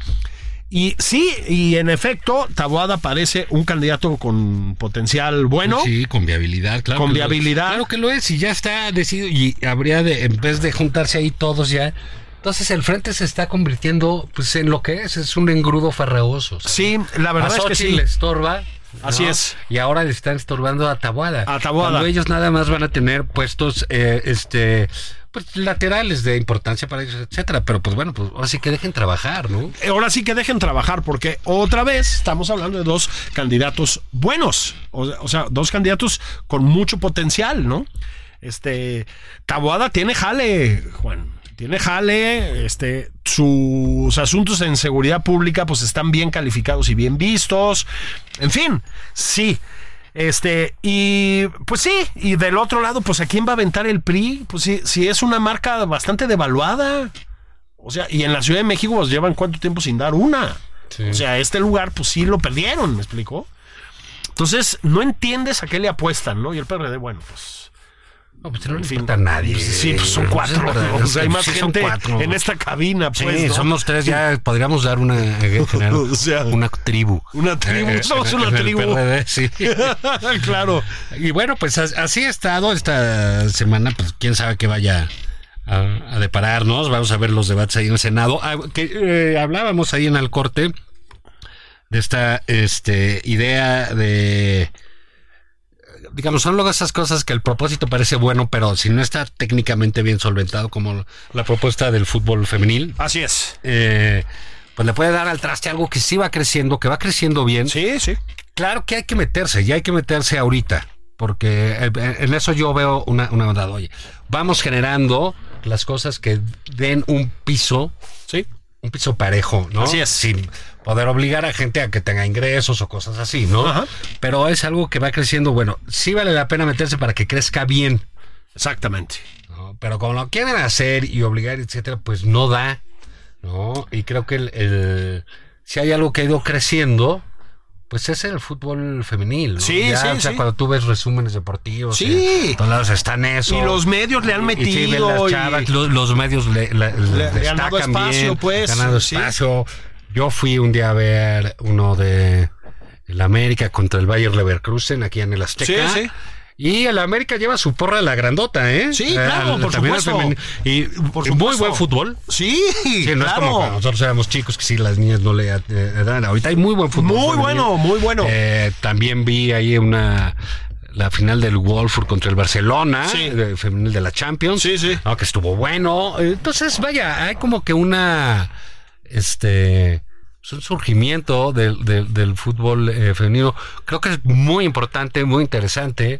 Speaker 3: Y sí, y en efecto, Taboada parece un candidato con potencial bueno.
Speaker 2: Sí, con viabilidad, claro.
Speaker 3: Con
Speaker 2: que lo-
Speaker 3: viabilidad.
Speaker 2: claro que lo es, y ya está decidido. Y habría de, en vez de juntarse ahí todos ya. Entonces el frente se está convirtiendo pues en lo que es, es un engrudo farragoso. ¿sabes?
Speaker 3: Sí, la
Speaker 2: A
Speaker 3: verdad es que
Speaker 2: Xochitl
Speaker 3: sí.
Speaker 2: le estorba.
Speaker 3: Así es.
Speaker 2: Y ahora le están estorbando a Tabuada.
Speaker 3: A Taboada.
Speaker 2: Cuando ellos nada más van a tener puestos eh, este pues laterales de importancia para ellos, etcétera. Pero pues bueno, pues ahora sí que dejen trabajar, ¿no?
Speaker 3: ahora sí que dejen trabajar, porque otra vez estamos hablando de dos candidatos buenos, o, o sea, dos candidatos con mucho potencial, ¿no? Este, Taboada tiene jale, Juan, tiene jale, este, sus asuntos en seguridad pública pues están bien calificados y bien vistos, en fin, sí. Este, y pues sí, y del otro lado, pues a quién va a aventar el PRI, pues sí, sí es una marca bastante devaluada. O sea, y en la Ciudad de México pues, llevan cuánto tiempo sin dar una. O sea, este lugar, pues sí lo perdieron, ¿me explicó? Entonces, no entiendes a qué le apuestan, ¿no? Y el PRD, bueno, pues.
Speaker 2: No, pues no
Speaker 3: en
Speaker 2: le
Speaker 3: fin.
Speaker 2: importa a nadie.
Speaker 3: Sí, pues son
Speaker 2: Pues,
Speaker 3: cuatro.
Speaker 2: es verdad,
Speaker 3: ¿no? O sea, hay
Speaker 2: sí
Speaker 3: más
Speaker 2: son
Speaker 3: gente
Speaker 2: cuatro.
Speaker 3: en este esta cabina,
Speaker 2: Sí,
Speaker 3: pues. ¿no?
Speaker 2: somos tres, ya podríamos dar una, eh, generar
Speaker 3: O sea,
Speaker 2: una tribu. Eh,
Speaker 3: una tribu, somos una
Speaker 2: en el
Speaker 3: tribu.
Speaker 2: PRD, ¿eh? sí.
Speaker 3: claro.
Speaker 2: y bueno, pues as- así ha estado esta semana, pues quién sabe qué vaya a, a depararnos. Vamos a ver los debates ahí en el Senado. Ah, que, eh, hablábamos ahí en el corte de esta este, idea de... Digamos, son luego esas cosas que el propósito parece bueno, pero si no está técnicamente bien solventado, como la propuesta del fútbol femenil,
Speaker 3: Así es.
Speaker 2: eh, pues le puede dar al traste algo que sí va creciendo, que va creciendo bien.
Speaker 3: Sí, sí.
Speaker 2: Claro que hay que meterse, y hay que meterse ahorita, porque eh, en eso yo veo una, una verdad. Oye, vamos generando las cosas que den un piso,
Speaker 3: Sí.
Speaker 2: un piso parejo, ¿no?
Speaker 3: Así es.
Speaker 2: Sin poder obligar a gente a que tenga ingresos o cosas así, ¿no?
Speaker 3: Ajá.
Speaker 2: Pero es algo que va creciendo. Bueno, sí vale la pena meterse para que crezca bien,
Speaker 3: Exactamente.
Speaker 2: ¿no? Pero como lo quieren hacer y obligar, etcétera, pues no da, ¿no? Y creo que el, el- si hay algo que ha ido creciendo, pues es el fútbol femenil. ¿no?
Speaker 3: Sí,
Speaker 2: Ya,
Speaker 3: sí,
Speaker 2: O sea,
Speaker 3: sí.
Speaker 2: cuando tú ves resúmenes deportivos,
Speaker 3: Sí.
Speaker 2: en todos lados están eso.
Speaker 3: Y los medios le han
Speaker 2: Y- y sí, ven
Speaker 3: metido.
Speaker 2: las
Speaker 3: y-
Speaker 2: chavas, lo- los, medios le, la-
Speaker 3: le han
Speaker 2: destacan
Speaker 3: dado espacio,
Speaker 2: bien,
Speaker 3: pues,
Speaker 2: ganando
Speaker 3: sí.
Speaker 2: espacio. Yo fui un día a ver uno de el América contra el Bayer Leverkusen aquí en el Azteca.
Speaker 3: Sí, sí.
Speaker 2: Y el América lleva su porra de la grandota, ¿eh?
Speaker 3: Sí,
Speaker 2: Eh,
Speaker 3: claro,
Speaker 2: al-
Speaker 3: por
Speaker 2: también al
Speaker 3: supuesto.
Speaker 2: femenino. Y
Speaker 3: Por
Speaker 2: y muy
Speaker 3: supuesto.
Speaker 2: buen fútbol.
Speaker 3: Sí,
Speaker 2: Sí, no es
Speaker 3: claro.
Speaker 2: como cuando nosotros éramos chicos que sí, las niñas no le eh, dan. Ahorita hay muy buen fútbol.
Speaker 3: Muy
Speaker 2: femenil.
Speaker 3: bueno, muy bueno.
Speaker 2: Eh, también vi ahí una la final del Wolfsburg contra el Barcelona,
Speaker 3: Sí.
Speaker 2: eh, femenil de la Champions.
Speaker 3: Sí, sí.
Speaker 2: ¿no? que estuvo bueno. Eh, Entonces, vaya, hay como que una este es un surgimiento del, del- del fútbol eh, femenino. Creo que es muy importante, muy interesante.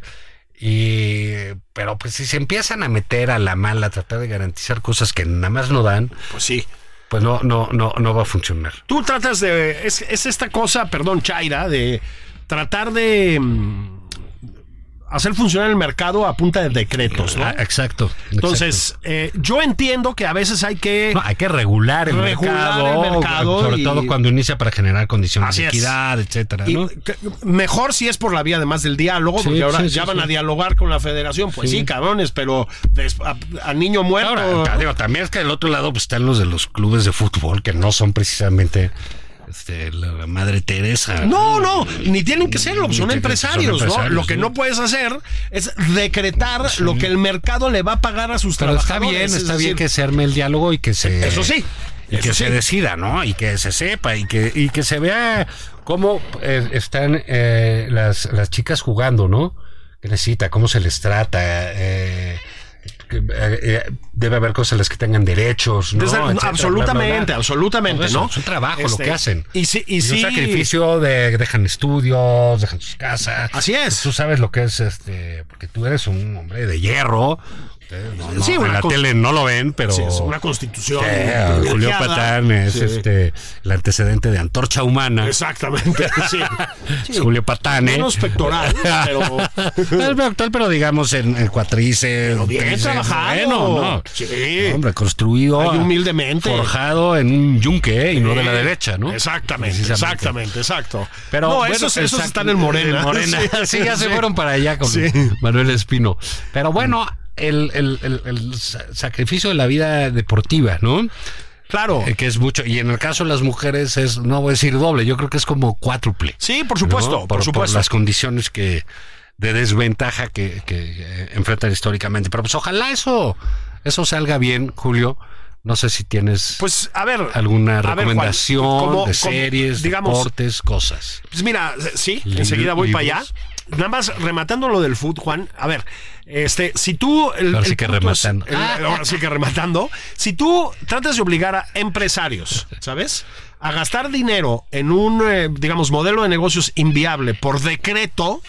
Speaker 2: Y pero pues si se empiezan a meter a la mala, a tratar de garantizar cosas que nada más no dan,
Speaker 3: Pues sí.
Speaker 2: pues no, no, no, no va a funcionar.
Speaker 3: Tú tratas de. Es, es esta cosa, perdón, Chaira, de tratar de. mm, hacer funcionar el mercado a punta de decretos, ¿no?
Speaker 2: Ah, exacto.
Speaker 3: Entonces, eh, yo entiendo que a veces hay que...
Speaker 2: exacto. No, hay que regular el
Speaker 3: Regular
Speaker 2: mercado,
Speaker 3: el mercado
Speaker 2: sobre
Speaker 3: y-
Speaker 2: todo cuando inicia para generar condiciones
Speaker 3: Así
Speaker 2: de
Speaker 3: es.
Speaker 2: equidad, etcétera,
Speaker 3: y
Speaker 2: ¿no?
Speaker 3: que- mejor si es por la vía además del diálogo, porque
Speaker 2: Sí,
Speaker 3: ahora
Speaker 2: sí, sí,
Speaker 3: ya van
Speaker 2: sí.
Speaker 3: a dialogar con la federación. Pues sí, cabrones, pero des- a- al niño muerto...
Speaker 2: Ahora, ta- digo, también es que del otro lado pues, están los de los clubes de fútbol que no son precisamente este, la la madre Teresa.
Speaker 3: No, no, ni tienen que serlo, pues
Speaker 2: Ni
Speaker 3: son
Speaker 2: tienen que-
Speaker 3: empresarios,
Speaker 2: son
Speaker 3: ¿no?
Speaker 2: empresarios,
Speaker 3: Lo que
Speaker 2: sí.
Speaker 3: no puedes hacer es decretar lo que el mercado le va a pagar a sus
Speaker 2: Pero está
Speaker 3: trabajadores.
Speaker 2: bien,
Speaker 3: es
Speaker 2: está bien
Speaker 3: decir,
Speaker 2: que se arme el diálogo y que se.
Speaker 3: Eso sí,
Speaker 2: Y
Speaker 3: eso
Speaker 2: que
Speaker 3: sí.
Speaker 2: se decida, ¿no? Y que se sepa y que, y que se vea cómo eh, están eh, las, las chicas jugando, ¿no? ¿Qué necesita? ¿Cómo se les trata? Eh, que, eh, eh, debe haber cosas a las que tengan derechos, ¿no?
Speaker 3: desde-
Speaker 2: Etcétera,
Speaker 3: absolutamente,
Speaker 2: bla, bla, bla.
Speaker 3: absolutamente,
Speaker 2: Todo eso,
Speaker 3: ¿no?
Speaker 2: Es un trabajo
Speaker 3: Este,
Speaker 2: lo que hacen.
Speaker 3: Y sí, y
Speaker 2: Es
Speaker 3: sí.
Speaker 2: un sacrificio de dejan estudios, dejan sus casas.
Speaker 3: Así es.
Speaker 2: Tú sabes lo que es este, porque tú eres un hombre de hierro. Ustedes No, no,
Speaker 3: Sí,
Speaker 2: en
Speaker 3: una
Speaker 2: la
Speaker 3: cos-
Speaker 2: tele no lo ven, pero
Speaker 3: sí, es una constitución.
Speaker 2: eh, Julio
Speaker 3: bloqueada.
Speaker 2: Patán es
Speaker 3: Sí,
Speaker 2: este el antecedente de Antorcha Humana.
Speaker 3: Exactamente, sí.
Speaker 2: Es Julio Patán, ¿eh?
Speaker 3: Menos pectoral, pero-
Speaker 2: Es pectoral, pero digamos en, en cuatrices.
Speaker 3: bien
Speaker 2: tríceps,
Speaker 3: trabajado.
Speaker 2: Bueno, ¿no?
Speaker 3: Sí.
Speaker 2: Hombre, construido.
Speaker 3: Ay, humildemente.
Speaker 2: Forjado en un yunque ¿eh? y no de la derecha, ¿no?
Speaker 3: Exactamente,
Speaker 2: Precisamente.
Speaker 3: exactamente, exacto.
Speaker 2: Pero
Speaker 3: no,
Speaker 2: bueno,
Speaker 3: esos, esos
Speaker 2: exacto,
Speaker 3: están en Morena.
Speaker 2: en Morena. Sí, ya se
Speaker 3: sí.
Speaker 2: fueron para allá con
Speaker 3: Sí.
Speaker 2: Manuel Espino. Pero bueno, el, el- el- el sa- sacrificio de la vida deportiva, ¿no?
Speaker 3: Claro.
Speaker 2: Eh, Que es mucho. Y en el caso de las mujeres es, no voy a decir doble, yo creo que es como cuádruple.
Speaker 3: Sí, por supuesto,
Speaker 2: ¿no?
Speaker 3: por, supuesto.
Speaker 2: las condiciones que de desventaja que, que, eh, enfrentan históricamente. Pero pues ojalá eso, eso salga bien, Julio. No sé si tienes
Speaker 3: Pues a ver,
Speaker 2: alguna
Speaker 3: a ver, Juan,
Speaker 2: recomendación
Speaker 3: como-
Speaker 2: de
Speaker 3: como-
Speaker 2: series,
Speaker 3: digamos,
Speaker 2: deportes, cosas.
Speaker 3: Pues mira, eh, sí,
Speaker 2: Libr-
Speaker 3: enseguida voy para allá.
Speaker 2: libros.
Speaker 3: Nada más rematando lo del food, Juan. A ver, este, si tú. El,
Speaker 2: Ahora
Speaker 3: el
Speaker 2: sí que
Speaker 3: punto es-
Speaker 2: rematando.
Speaker 3: el- ahora sí que rematando. Si tú tratas de obligar a empresarios, ¿sabes? A gastar dinero en un, eh, digamos, modelo de negocios inviable por decreto,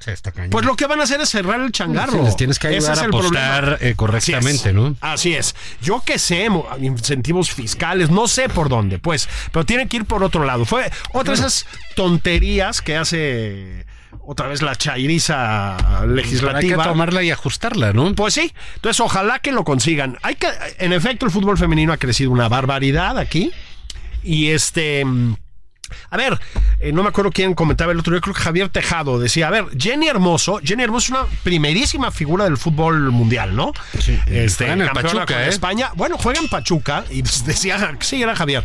Speaker 2: Sí, está cañón.
Speaker 3: pues lo que van a hacer es cerrar el changarro.
Speaker 2: Sí, les tienes que
Speaker 3: Ese
Speaker 2: ayudar
Speaker 3: es
Speaker 2: a
Speaker 3: el problema.
Speaker 2: apostar eh,
Speaker 3: Así es.
Speaker 2: correctamente, ¿no?
Speaker 3: Así es. Yo qué sé, mo- incentivos fiscales, no sé por dónde, pues, pero tienen que ir por otro lado. Fue otra de esas tonterías que hace otra vez la
Speaker 2: Para
Speaker 3: chairiza
Speaker 2: Pues Hay que
Speaker 3: legislativa.
Speaker 2: tomarla y ajustarla, ¿no?
Speaker 3: Pues sí, entonces ojalá que lo consigan. Hay que, en efecto, el fútbol femenino ha crecido una barbaridad aquí. Y este. mm, A ver, eh, no me acuerdo quién comentaba el otro día, creo que Javier Tejado decía, a ver, Jenny Hermoso, Jenny Hermoso es una primerísima figura del fútbol mundial, ¿no?
Speaker 2: Sí.
Speaker 3: este,
Speaker 2: Juega en el
Speaker 3: campeona
Speaker 2: Pachuca,
Speaker 3: con
Speaker 2: ¿eh?
Speaker 3: España. Bueno, juega en Pachuca y pues, decía, sí, era Javier.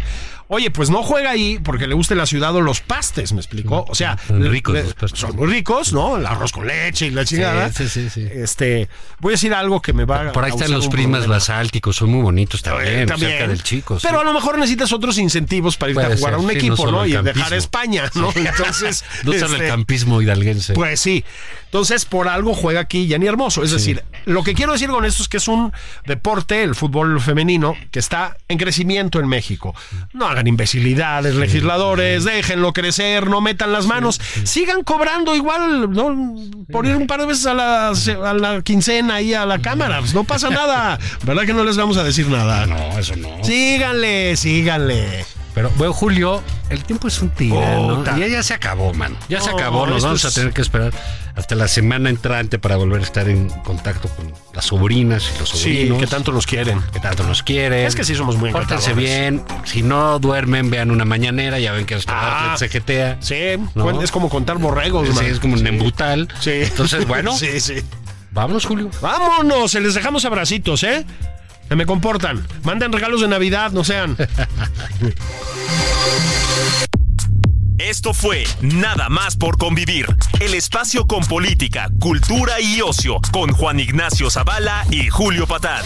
Speaker 3: Oye, pues no juega ahí porque le guste la ciudad o los pastes, ¿me explicó? O sea,
Speaker 2: Son ricos
Speaker 3: le-
Speaker 2: los pastes.
Speaker 3: son muy ricos, ¿no? El arroz con leche y la chingada.
Speaker 2: sí, sí, sí.
Speaker 3: Este, voy a decir algo que me va a
Speaker 2: Por ahí
Speaker 3: causar
Speaker 2: están los
Speaker 3: un
Speaker 2: primas
Speaker 3: problema.
Speaker 2: basálticos, son muy bonitos también,
Speaker 3: También.
Speaker 2: cerca del chico. sí.
Speaker 3: Pero a lo mejor necesitas otros incentivos para irte
Speaker 2: Puede
Speaker 3: a jugar a
Speaker 2: ser,
Speaker 3: un
Speaker 2: sí, no
Speaker 3: equipo,
Speaker 2: solo
Speaker 3: ¿no?
Speaker 2: el
Speaker 3: Y dejar
Speaker 2: campismo.
Speaker 3: a España, ¿no? Entonces.
Speaker 2: no solo
Speaker 3: este,
Speaker 2: el campismo hidalguense.
Speaker 3: pues sí. Entonces, por algo juega aquí Jenny Hermoso. Es decir, lo que quiero decir con esto es que es un deporte, el fútbol femenino, que está en crecimiento en México. No hagan imbecilidades, legisladores, déjenlo crecer, no metan las manos, sigan cobrando igual, ¿no? Por ir un par de veces a la, a la quincena y a la cámara. pues no pasa nada. ¿Verdad que no les vamos a decir nada?
Speaker 2: Ah, no, eso no.
Speaker 3: Síganle, síganle.
Speaker 2: Pero, bueno, Julio, el tiempo es un tirano.
Speaker 3: Puta.
Speaker 2: ya, ya se acabó, man. Ya se
Speaker 3: No,
Speaker 2: acabó. Nos
Speaker 3: esto
Speaker 2: vamos
Speaker 3: es-
Speaker 2: a tener que esperar hasta la semana entrante para volver a estar en contacto con las sobrinas y los sobrinos.
Speaker 3: que tanto los quieren.
Speaker 2: que tanto nos quieren.
Speaker 3: Es que sí somos muy
Speaker 2: Pórtense bien. Si no duermen, vean una mañanera. Ya ven que hasta
Speaker 3: Ah.
Speaker 2: Bartlett se jetea.
Speaker 3: Sí,
Speaker 2: ¿No?
Speaker 3: es como contar borregos,
Speaker 2: Sí,
Speaker 3: man.
Speaker 2: es como un embutal.
Speaker 3: Sí.
Speaker 2: Entonces, bueno,
Speaker 3: Sí, sí.
Speaker 2: vámonos, Julio.
Speaker 3: Vámonos, se les dejamos abracitos, ¿eh? Se me comportan. Manden regalos de Navidad, no sean.
Speaker 1: Esto fue Nada más por convivir, el espacio con política, cultura y ocio, con Juan Ignacio Zavala y Julio Patán.